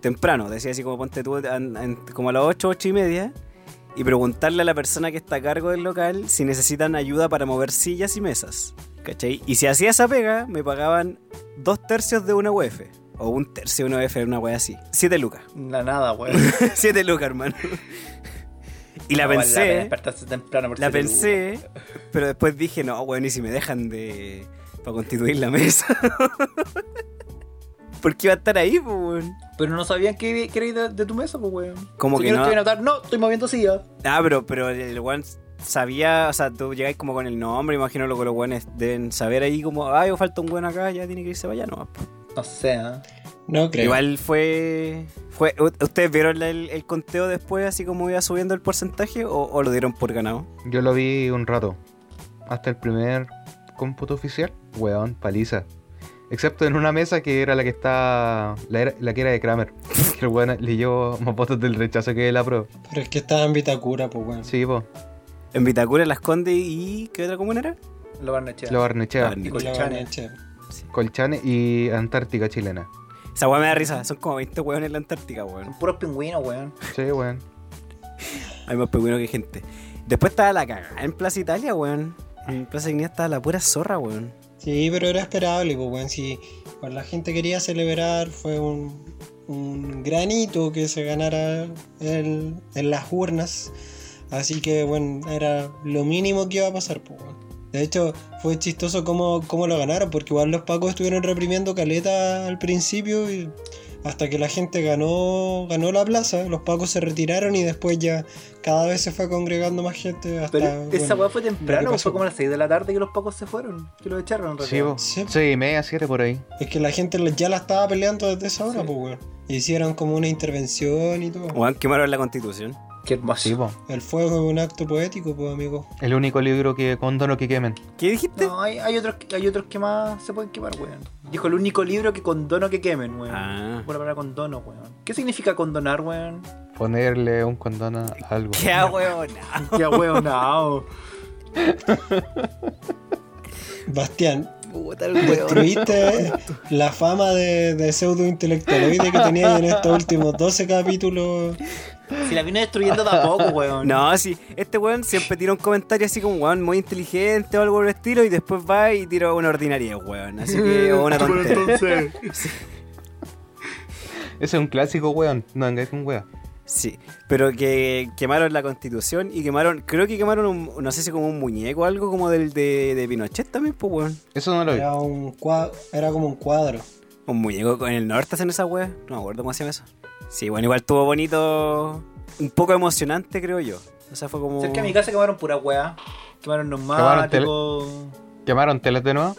temprano. Decía así como, ponte tú an- an- como a las 8, 8 y media, y preguntarle a la persona que está a cargo del local si necesitan ayuda para mover sillas y mesas. ¿Cachai? Y si hacía esa pega, me pagaban dos tercios de una UF. O un tercio de una UF, una wea así. Siete lucas.
La nada, weón.
Siete lucas, hermano. Y la
No Ah, vale
pensé.
pena despertarse temprano por
La
siete
pensé, pero después dije, no, weón, y si me dejan de. para constituir la mesa. ¿Por qué iba a estar ahí, pues, weón?
Pero no sabían que, que era de, de tu mesa, pues, weón.
Como
Si
que
yo no
no.
estoy en anotar, no, estoy moviendo silla.
Ah, pero, pero el weón sabía, o sea, tú llegáis como con el nombre, imagino lo que los weones deben saber ahí, como, ay, falta un weón acá, ya tiene que irse para allá, no.
No sé, ¿eh?
No creo.
Igual fue. fue u- ¿Ustedes vieron la- el, el conteo después, así como iba subiendo el porcentaje, o, o lo dieron por ganado?
Yo lo vi un rato. Hasta el primer cómputo oficial. Weón, paliza. Excepto en una mesa que era la que está. La, era- la que era de Kramer. Que el weón le llevó más votos del rechazo que de la pro.
Pero es que estaba en Vitacura, pues, weón.
Sí, po.
En Vitacura, Las Condes y. ¿Qué otra comuna era?
Lo van a echar.
Lo Barnechea.
Y colchanes.
Colchane y Antártica chilena.
Esa weá me da risa, son como 20 weones en la Antártica, weón.
Puros pingüinos, weón.
Sí, weón.
Hay más pingüinos que gente. Después estaba la cagada en Plaza Italia, weón. En Plaza Ignacia estaba la pura zorra, weón.
Sí, pero era esperable, pues, weón. Si pues, la gente quería celebrar, fue un, un gran hito que se ganara el- en las urnas. Así que, bueno, era lo mínimo que iba a pasar, pues, weón. De hecho, fue chistoso cómo, cómo lo ganaron, porque igual los pacos estuvieron reprimiendo caleta al principio y hasta que la gente ganó, ganó la plaza, los pacos se retiraron y después ya cada vez se fue congregando más gente hasta.
Pero
Ah,
esa
bueno,
weá fue
lo
temprano,
que
fue como a las 6 de la tarde que los pacos se fueron. Que los echaron, en
Sí,
realidad.
po. Sí, media, siete por ahí.
Es que la gente lo- ya la estaba peleando desde esa hora, pues, weón. Hicieron como una intervención y todo.
Weón, quemaron la constitución.
Qué hermoso.
Sí, po.
El fuego es un acto poético, pues, amigo.
El único libro que condono que quemen.
¿Qué dijiste?
No, hay, hay otros, que- hay otros que más se pueden quemar, weón. Dijo el único libro que condono que quemen, weón.
Ah.
Una palabra condono, weón. ¿Qué significa condonar, weón?
Ponerle un condón a algo.
¿Qué ah, weón? ah.
Ya, weón, no.
Bastián,
Puta el weón.
destruiste la fama de, de pseudo intelectualoide que tenías en estos últimos 12 capítulos.
Si la vino destruyendo tampoco, weón.
No, sí, este weón siempre tira un comentario así como weón muy inteligente o algo por el estilo y después va y tira una ordinaria, weón. Así que, o una tontería.
Ese es un clásico, weón. No vengáis con wea.
Sí, pero que quemaron la constitución y quemaron, creo que quemaron un, no sé si como un muñeco o algo como del de, de Pinochet también, pues weón.
Eso no lo vi.
Era, un cua- era como un cuadro.
Un muñeco en el norte hacen esa wea. No me acuerdo cómo se llama eso. Sí, bueno, igual estuvo bonito. Un poco emocionante, creo yo. O sea, fue como.
Oh.
Cerca de mi casa quemaron pura weá. Quemaron
Quemaron tele-
neumáticos.
¿Quemaron telas de nuevo?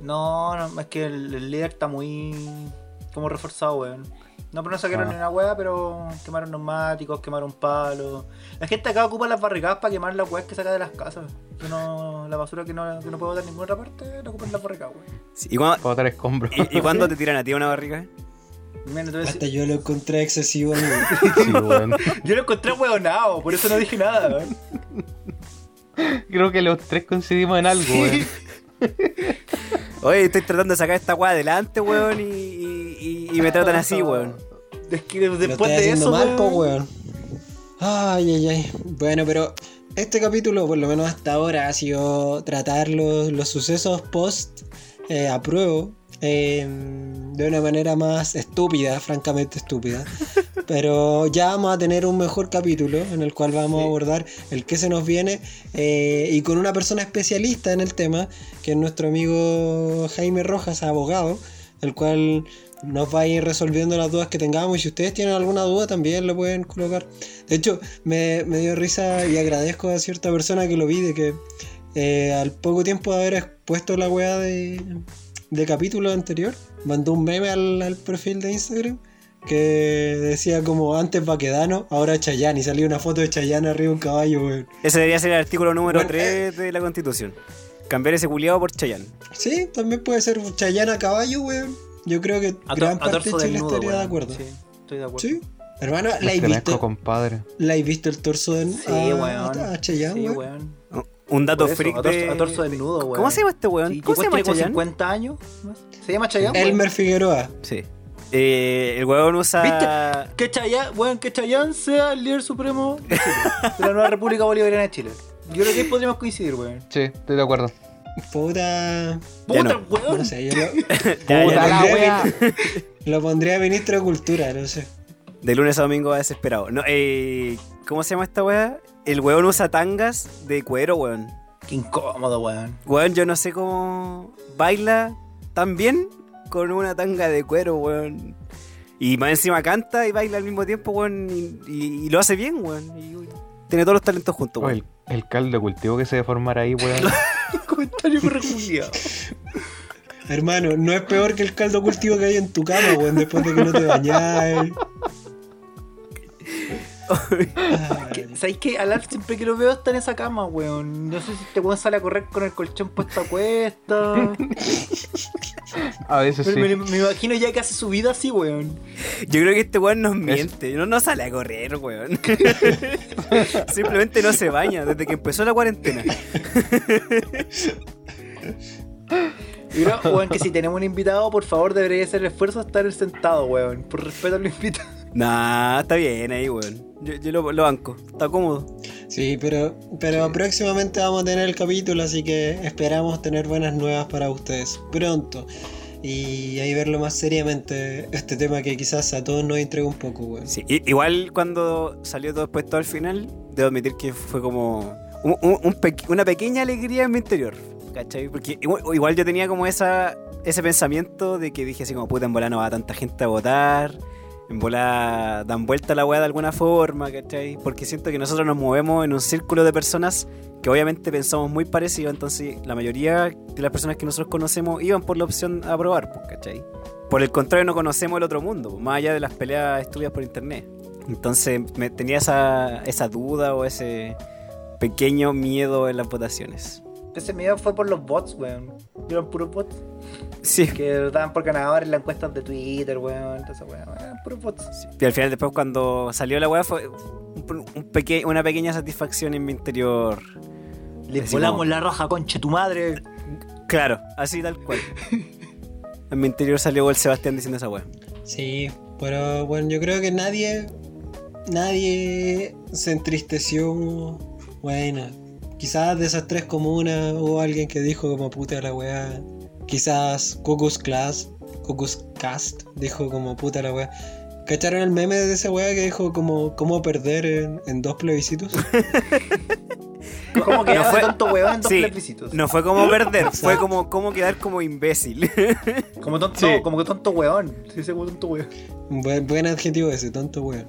No, no, es que el, el líder está muy como reforzado, weón. No, pero no sacaron
Ah.
ni una weá, pero quemaron neumáticos, quemaron palos. La gente acá ocupa las barricadas para quemar las weas que saca de las casas. Yo no- la basura que no, que no puedo botar en ninguna otra parte, la ocupan en las barricadas, weón.
Sí, ¿Y, cuándo,
Para botar escombros.
y, y cuándo te tiran a ti una barriga?
Mira, te voy a decir-
Hasta yo lo encontré excesivo, amigo.
Sí, weón.
Yo lo encontré weonado, por eso no dije nada, weón.
Creo que los tres coincidimos en algo, weón. Este
Oye, estoy tratando de sacar esta wea adelante, weón, y, y- y- y me tratan así, weón.
Es que
Lo
después
estoy
de
haciendo
eso,
mal, po,
weón,
weón. Ay, ay, ay. Bueno, pero este capítulo, por lo menos hasta ahora, ha sido tratar los, los sucesos post eh, apruebo eh, de una manera más estúpida, francamente estúpida. Pero ya vamos a tener un mejor capítulo en el cual vamos a abordar el que se nos viene eh, y con una persona especialista en el tema, que es nuestro amigo Jaime Rojas, abogado, el cual nos va a ir resolviendo las dudas que tengamos y si ustedes tienen alguna duda también lo pueden colocar. De hecho, me, me dio risa y agradezco a cierta persona que lo vi de que eh, al poco tiempo de haber expuesto la weá de, de capítulo anterior, mandó un meme al, al perfil de Instagram que decía como antes Baquedano, ahora Chayanne y salía una foto de Chayanne arriba de un caballo, weón.
Ese debería ser el artículo número 3
eh,
de la Constitución. Cambiar ese culiado por Chayán.
Sí, también puede ser Chayanne a caballo, weón. Yo creo que
A to-
gran
a
parte de
torso
Chile
desnudo,
estaría de
weón.
acuerdo.
Sí, estoy de acuerdo.
Sí. Hermano,
Te
la he
mezco,
visto.
compadre.
¿La has visto el torso de Ah,
Sí,
a-
weón.
a Chayanne,
Sí,
weón?
weón.
Un dato
Por eso,
freak
a torso-
de-
a torso desnudo, weón.
¿Cómo se llama este weón?
Sí,
¿Cómo se
tipo
llama
tiene como
Chayanne?
50 años. ¿Se llama Chayanne? weón?
Elmer Figueroa.
Sí. Eh, el huevón usa.
Que Chayanne, weón, que Chayanne sea el líder supremo de, Chile, de la nueva República Bolivariana de Chile. Yo creo que ahí podríamos coincidir, weón.
Sí, estoy de acuerdo.
Puta.
Puta, weón.
No sé, yo lo,
Ah,
Ya,
Puta
ya,
la
ya.
lo pondría ministro de Cultura, no sé.
De lunes a domingo va desesperado. No, eh, ¿Cómo se llama esta weá? El huevón usa tangas de cuero, weón.
Qué incómodo, weón.
Weón, yo no sé cómo baila tan bien con una tanga de cuero, weón. Y más encima canta y baila al mismo tiempo, weón. Y, y- y lo hace bien, weón. Y tiene todos los talentos juntos,
Oh,
weón.
el, el caldo de cultivo que se debe formar ahí, weón.
Comentario corregido.
Hermano, no es peor que el caldo cultivo que hay en tu cama, weón, después de que no te bañáis.
Que- ¿Sabéis que al Alf siempre que lo veo está en esa cama, weón? No sé si este weón sale a correr con el colchón puesto a cuesta.
A veces
Pero me,
sí.
me imagino ya que hace su vida así, weón.
Yo creo que este weón nos miente. No, no sale a correr, weón. Simplemente no se baña desde que empezó la cuarentena.
Y no, weón, que si tenemos un invitado, por favor, debería hacer el esfuerzo de estar sentado, weón. Por respeto al invitado.
Nah, está bien ahí, weón. Yo, yo lo, lo banco. Está cómodo.
Sí, pero, pero próximamente vamos a tener el capítulo, así que esperamos tener buenas nuevas para ustedes pronto. Y ahí verlo más seriamente, este tema que quizás a todos nos intriga un poco, weón.
Sí, i- igual cuando salió todo expuesto al final, debo admitir que fue como un- un- un pequ- una pequeña alegría en mi interior. ¿Cachai? Porque igual, igual yo tenía como esa, ese pensamiento de que dije así como, puta, en bola no va tanta gente a votar. En bola dan vuelta la weá de alguna forma, ¿cachai? Porque siento que nosotros nos movemos en un círculo de personas que obviamente pensamos muy parecido, entonces la mayoría de las personas que nosotros conocemos iban por la opción a probar, pues, ¿cachai? Por el contrario, no conocemos el otro mundo, pues, más allá de las peleas estudias por internet. Entonces me tenía esa, esa duda o ese pequeño miedo en las votaciones.
Ese miedo fue por los bots, weón. Eran puros bots.
Sí.
Que lo daban por ganadores en las encuestas de Twitter, weón. Entonces, weón, eran puros bots.
Y al final, después, cuando salió la weá, fue un- un peque- una pequeña satisfacción en mi interior.
Le
Así
volamos
como-
la raja, conche tu madre.
Claro, así tal cual. en mi interior salió el Sebastián diciendo esa weá.
Sí, pero bueno, yo creo que nadie, nadie se entristeció. Bueno, quizás de esas tres comunas hubo alguien que dijo como puta la weá. Quizás Cucus Class, Cucus Cast, dijo como puta la weá. ¿Cacharon el meme de esa weá que dijo como cómo perder en, en dos plebiscitos?
¿Cómo que
No
hace
fue-
tanto weón en dos
Sí.
plebiscitos?
No fue como perder, fue como, como quedar como imbécil.
Como tonto,
Sí.
como que tonto weón. Sí, sí, como tonto weón.
Buen, buen adjetivo ese, tonto weón.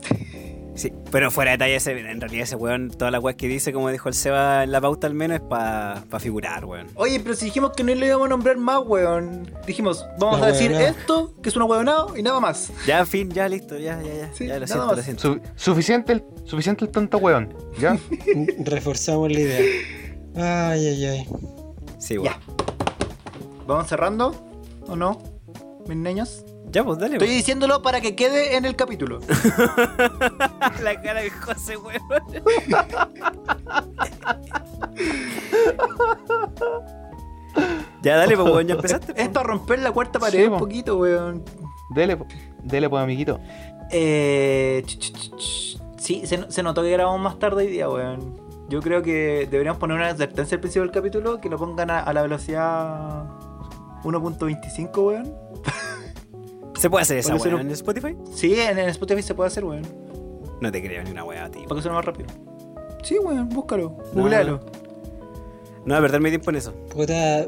Sí, pero fuera de talla, ese- en realidad ese weón, toda la weá que dice, como dijo el Seba en la pauta al menos, es para figurar, weón.
Oye, pero si dijimos que no le íbamos a nombrar más, weón. Dijimos, vamos
La
a decir
hueonada.
esto, que es una weonado, y nada más.
Ya, en fin, ya, listo, ya, ya, ya.
Sí,
ya lo
nada
siento,
más.
lo siento.
Su- suficiente, el, suficiente el tonto weón. ¿Ya?
Reforzamos la idea. Ay, ay, ay.
Sí, weón.
¿Vamos cerrando? ¿O no? ¿Mis niños?
Ya, pues dale,
Estoy
weón.
diciéndolo para que quede en el capítulo.
La cara de José, weón. ya, dale, pues weón, ya empezaste.
Es
pues.
para romper la cuarta pared
Sí,
un
po.
poquito, weón.
Dele, po- dele pues, amiguito.
Eh. ch, ch, ch, ch. Sí, se, se notó que grabamos más tarde hoy día, weón. yo creo que deberíamos poner una advertencia al principio del capítulo que lo pongan a, a la velocidad 1.25, weón.
¿Se puede hacer esa
Para que
weá
suene-
en Spotify?
Sí, en, en Spotify se puede hacer, weón.
No te creo ni una weá, tío.
Para que suene más rápido. Sí, weón, búscalo.
No.
Googlealo.
No voy a perder mi tiempo en eso.
Puta,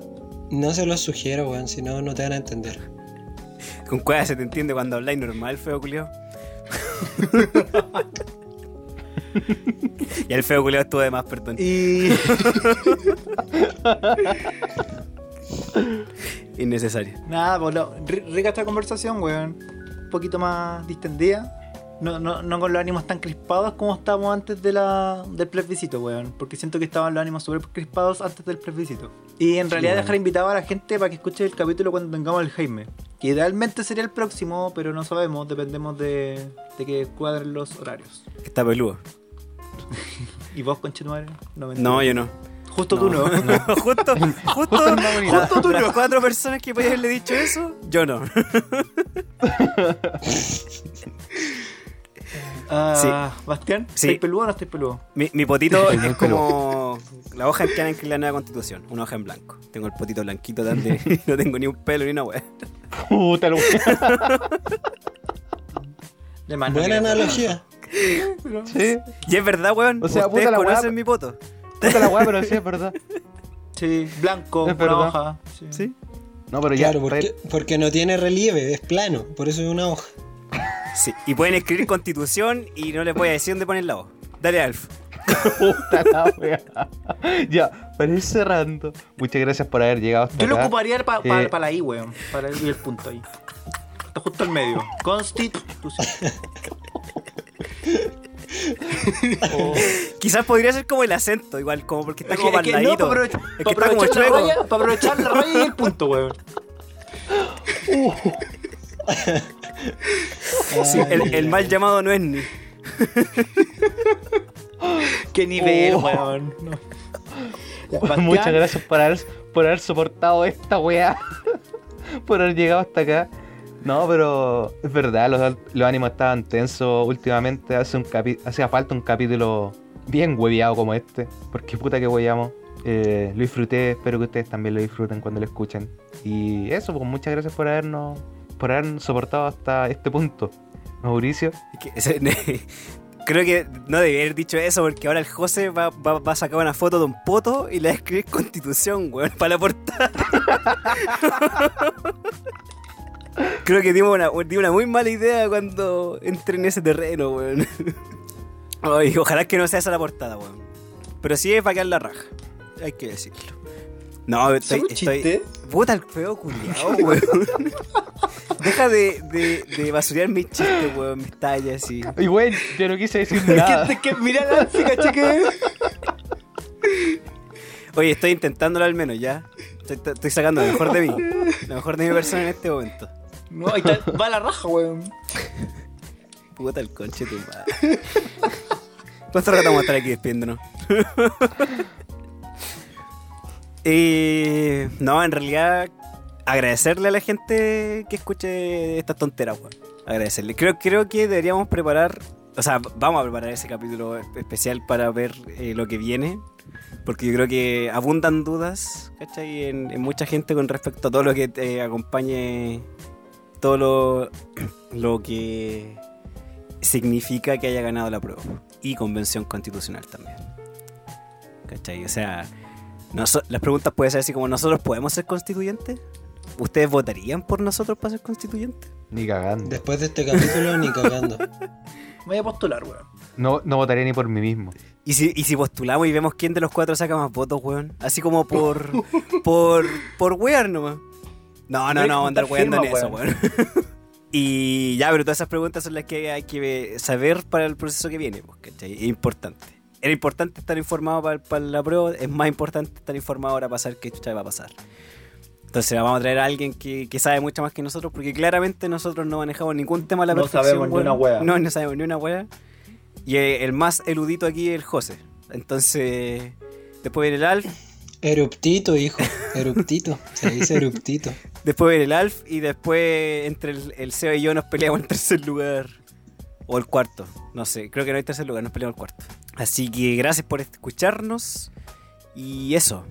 no se los sugiero, weón, si no, no te van a entender.
Con cuál se te entiende cuando habláis normal, feo culiao. y el feo culiao estuvo de más, perdón.
Y...
Innecesario.
Nada, pues lo- ri- rica esta conversación, weón. Un poquito más distendida. No, no, no con los ánimos tan crispados como estábamos antes de la, del plebiscito, weón. Porque siento que estaban los ánimos súper crispados antes del plebiscito. Y en realidad
weón.
dejar invitado a la gente para que escuche el capítulo cuando tengamos el Jaime. Que idealmente sería el próximo, pero no sabemos, dependemos de, de que cuadren los horarios.
Está peludo.
¿Y vos, conchetumare? mentira.
No, yo no.
Justo tú no.
justo, justo, justo tú Las cuatro personas que podían haberle dicho eso, yo no.
Ah, Bastián,
Sí.
¿estáis peludo o no estáis peludo?
Mi, mi potito es como la hoja en que han en la nueva constitución, una hoja en blanco. Tengo el potito blanquito donde no tengo ni un pelo ni una weá.
Puta lo
De
Buena analogía.
Sí.
Y es verdad, weón.
O sea,
Ustedes
puta la weá,
conocen mi poto.
Puta la weá, pero sí es verdad.
Sí, blanco,
Es
una
verdad.
hoja. Sí.
No, pero ya.
Claro, porque, porque no tiene relieve, es plano, por eso es una hoja.
Sí, y pueden escribir constitución y no les voy a decir dónde poner la hoja. Dale, Alf.
Puta la weá. Ya, para ir cerrando. Muchas gracias por haber llegado hasta
Yo lo
acá.
ocuparía para
Eh,
la I, weón. Para el, el punto ahí. Está justo al medio. Constitución.
Quizás podría ser como el acento, igual, como porque está
Es que-
como
es que no,
bandadito.
para
Es que,
aprovechar-
está como
para aprovechar la
chueco.
raya- para aprovechar la raya y el punto, weón.
Sí, el, el mal llamado no es ni.
Qué nivel,
Oh.
weón. No. Ya, Bastián,
Muchas gracias por haber, por haber soportado esta weá. por haber llegado hasta acá. No, pero es verdad, los, los ánimos estaban tensos últimamente. Hace un capi- hacía falta un capítulo bien hueviado como este. Porque puta que hueviamos. Eh, lo disfruté, espero que ustedes también lo disfruten cuando lo escuchen. Y eso, pues muchas gracias por habernos por haber soportado hasta este punto. Mauricio.
Es que ese- Creo que no debía haber dicho eso porque ahora el José va, va- va a sacar una foto de un poto y la va a escribir constitución, weón, para la portada. Creo que dimos una, di una muy mala idea cuando entré en ese terreno, weón. Ay, ojalá que no sea esa la portada, weón. Pero sí es para quedar la raja, hay que decirlo. No,
¿Fue
estoy.
un
estoy-
chiste?
Puta el feo culiao, weón. Deja de, de, de basurear mis chistes, weón, mis tallas y.
Y bueno, yo no quise decir
Es
nada.
que, es que mira la sí, caché que-
Oye, estoy intentándolo al menos ya. Estoy, estoy sacando lo mejor de mí. Lo mejor de mi persona en este momento.
No, ahí está, va la raja, weón.
Puta el conche tu madre. ¿Cuánto rato vamos a estar aquí despidiéndonos? Eh, no, en realidad, agradecerle a la gente que escuche estas tonteras, weón. Agradecerle. Creo, creo que deberíamos preparar. O sea, vamos a preparar ese capítulo especial para ver eh, lo que viene. Porque yo creo que abundan dudas, ¿cachai? En, en mucha gente con respecto a todo lo que te acompañe. Todo lo, lo que significa que haya ganado la prueba. Y convención constitucional también. ¿Cachai? O sea, noso- las preguntas pueden ser así como, ¿nosotros podemos ser constituyentes? ¿Ustedes votarían por nosotros para ser constituyentes?
Ni cagando.
Después de este capítulo, ni cagando.
Me voy a postular, weón.
No, no votaré ni por mí mismo.
¿Y si, y si postulamos y vemos quién de los cuatro saca más votos, weón? Así como por... por... por wear nomás. No, no,
Voy a
no,
juntar
andar weando en
firmas,
eso, weón. y ya, pero todas esas preguntas son las que hay que saber para el proceso que viene, pues, ¿cachai? Es importante. Era importante estar informado para, para la prueba, es más importante estar informado ahora para saber qué chucha va a pasar. Entonces vamos a traer a alguien que, que sabe mucho más que nosotros, porque claramente nosotros no manejamos ningún tema a la
No
perfección,
sabemos ni
weón.
una wea.
No, no sabemos ni una wea. Y eh, el más erudito aquí es el José. Entonces, después viene el Alf,
Eruptito, hijo, eruptito. Se dice eruptito.
después viene el Alf, y después entre el, el Seba y yo nos peleamos en tercer lugar. O el cuarto, no sé, creo que no hay tercer lugar, nos peleamos el cuarto. Así que gracias por escucharnos. Y eso,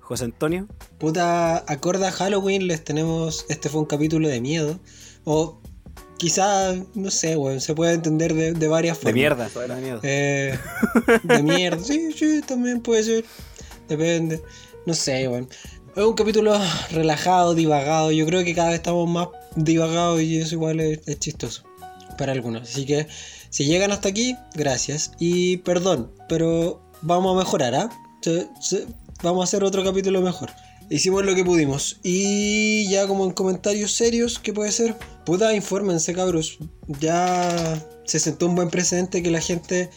José Antonio.
Puta, acorde a Halloween les tenemos. Este fue un capítulo de miedo. O quizá, no sé, weón, se puede entender de, de varias
De
formas.
mierda. de miedo.
Eh, de mierda, sí, sí, también puede ser. Depende. No sé, weón. Es un capítulo relajado, divagado. Yo creo que cada vez estamos más divagados y eso igual es, es chistoso para algunos. Así que si llegan hasta aquí, gracias. Y perdón, pero vamos a mejorar, ¿ah? Se- se- Vamos a hacer otro capítulo mejor. Hicimos lo que pudimos. Y ya como en comentarios serios, ¿qué puede ser? Puta, infórmense, cabros. Ya se sentó un buen precedente que la gente,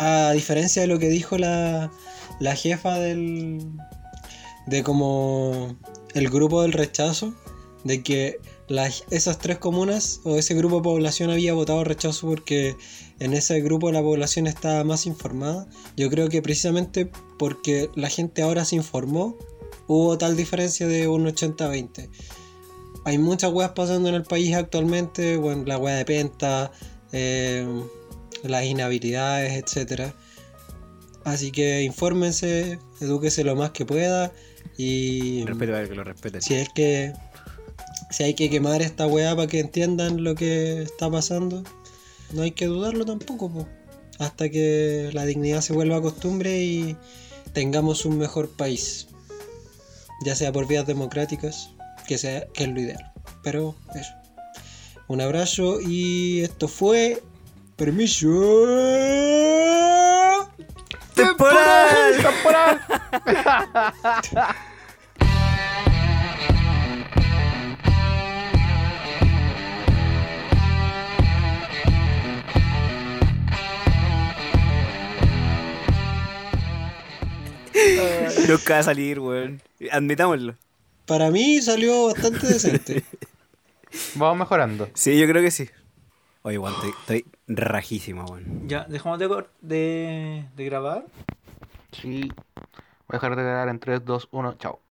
a diferencia de lo que dijo la, la jefa del... De como el grupo del rechazo, de que las, esas tres comunas o ese grupo de población había votado rechazo porque en ese grupo la población estaba más informada. Yo creo que precisamente porque la gente ahora se informó, hubo tal diferencia de un 80-20. Hay muchas weas pasando en el país actualmente, bueno, la wea de penta, eh, las inhabilidades, etcétera. Así que infórmense, edúquese lo más que pueda y...
Respeto a que lo respeten.
Si es que. Si hay que quemar esta weá para que entiendan lo que está pasando, no hay que dudarlo tampoco, po. Hasta que la dignidad se vuelva costumbre y tengamos un mejor país. Ya sea por vías democráticas, que, sea, que es lo ideal. Pero eso. Un abrazo y esto fue. Permiso.
¡Temporal!
¡Temporal!
Nunca va a salir, weón. Admitámoslo.
Para mí salió bastante decente.
Vamos mejorando.
Sí, yo creo que sí. Oye, weón, estoy, estoy rajísimo, weón.
Ya, dejamos de, cor- de, de grabar.
Sí. Voy a dejar de grabar en 3, 2, 1. Chao.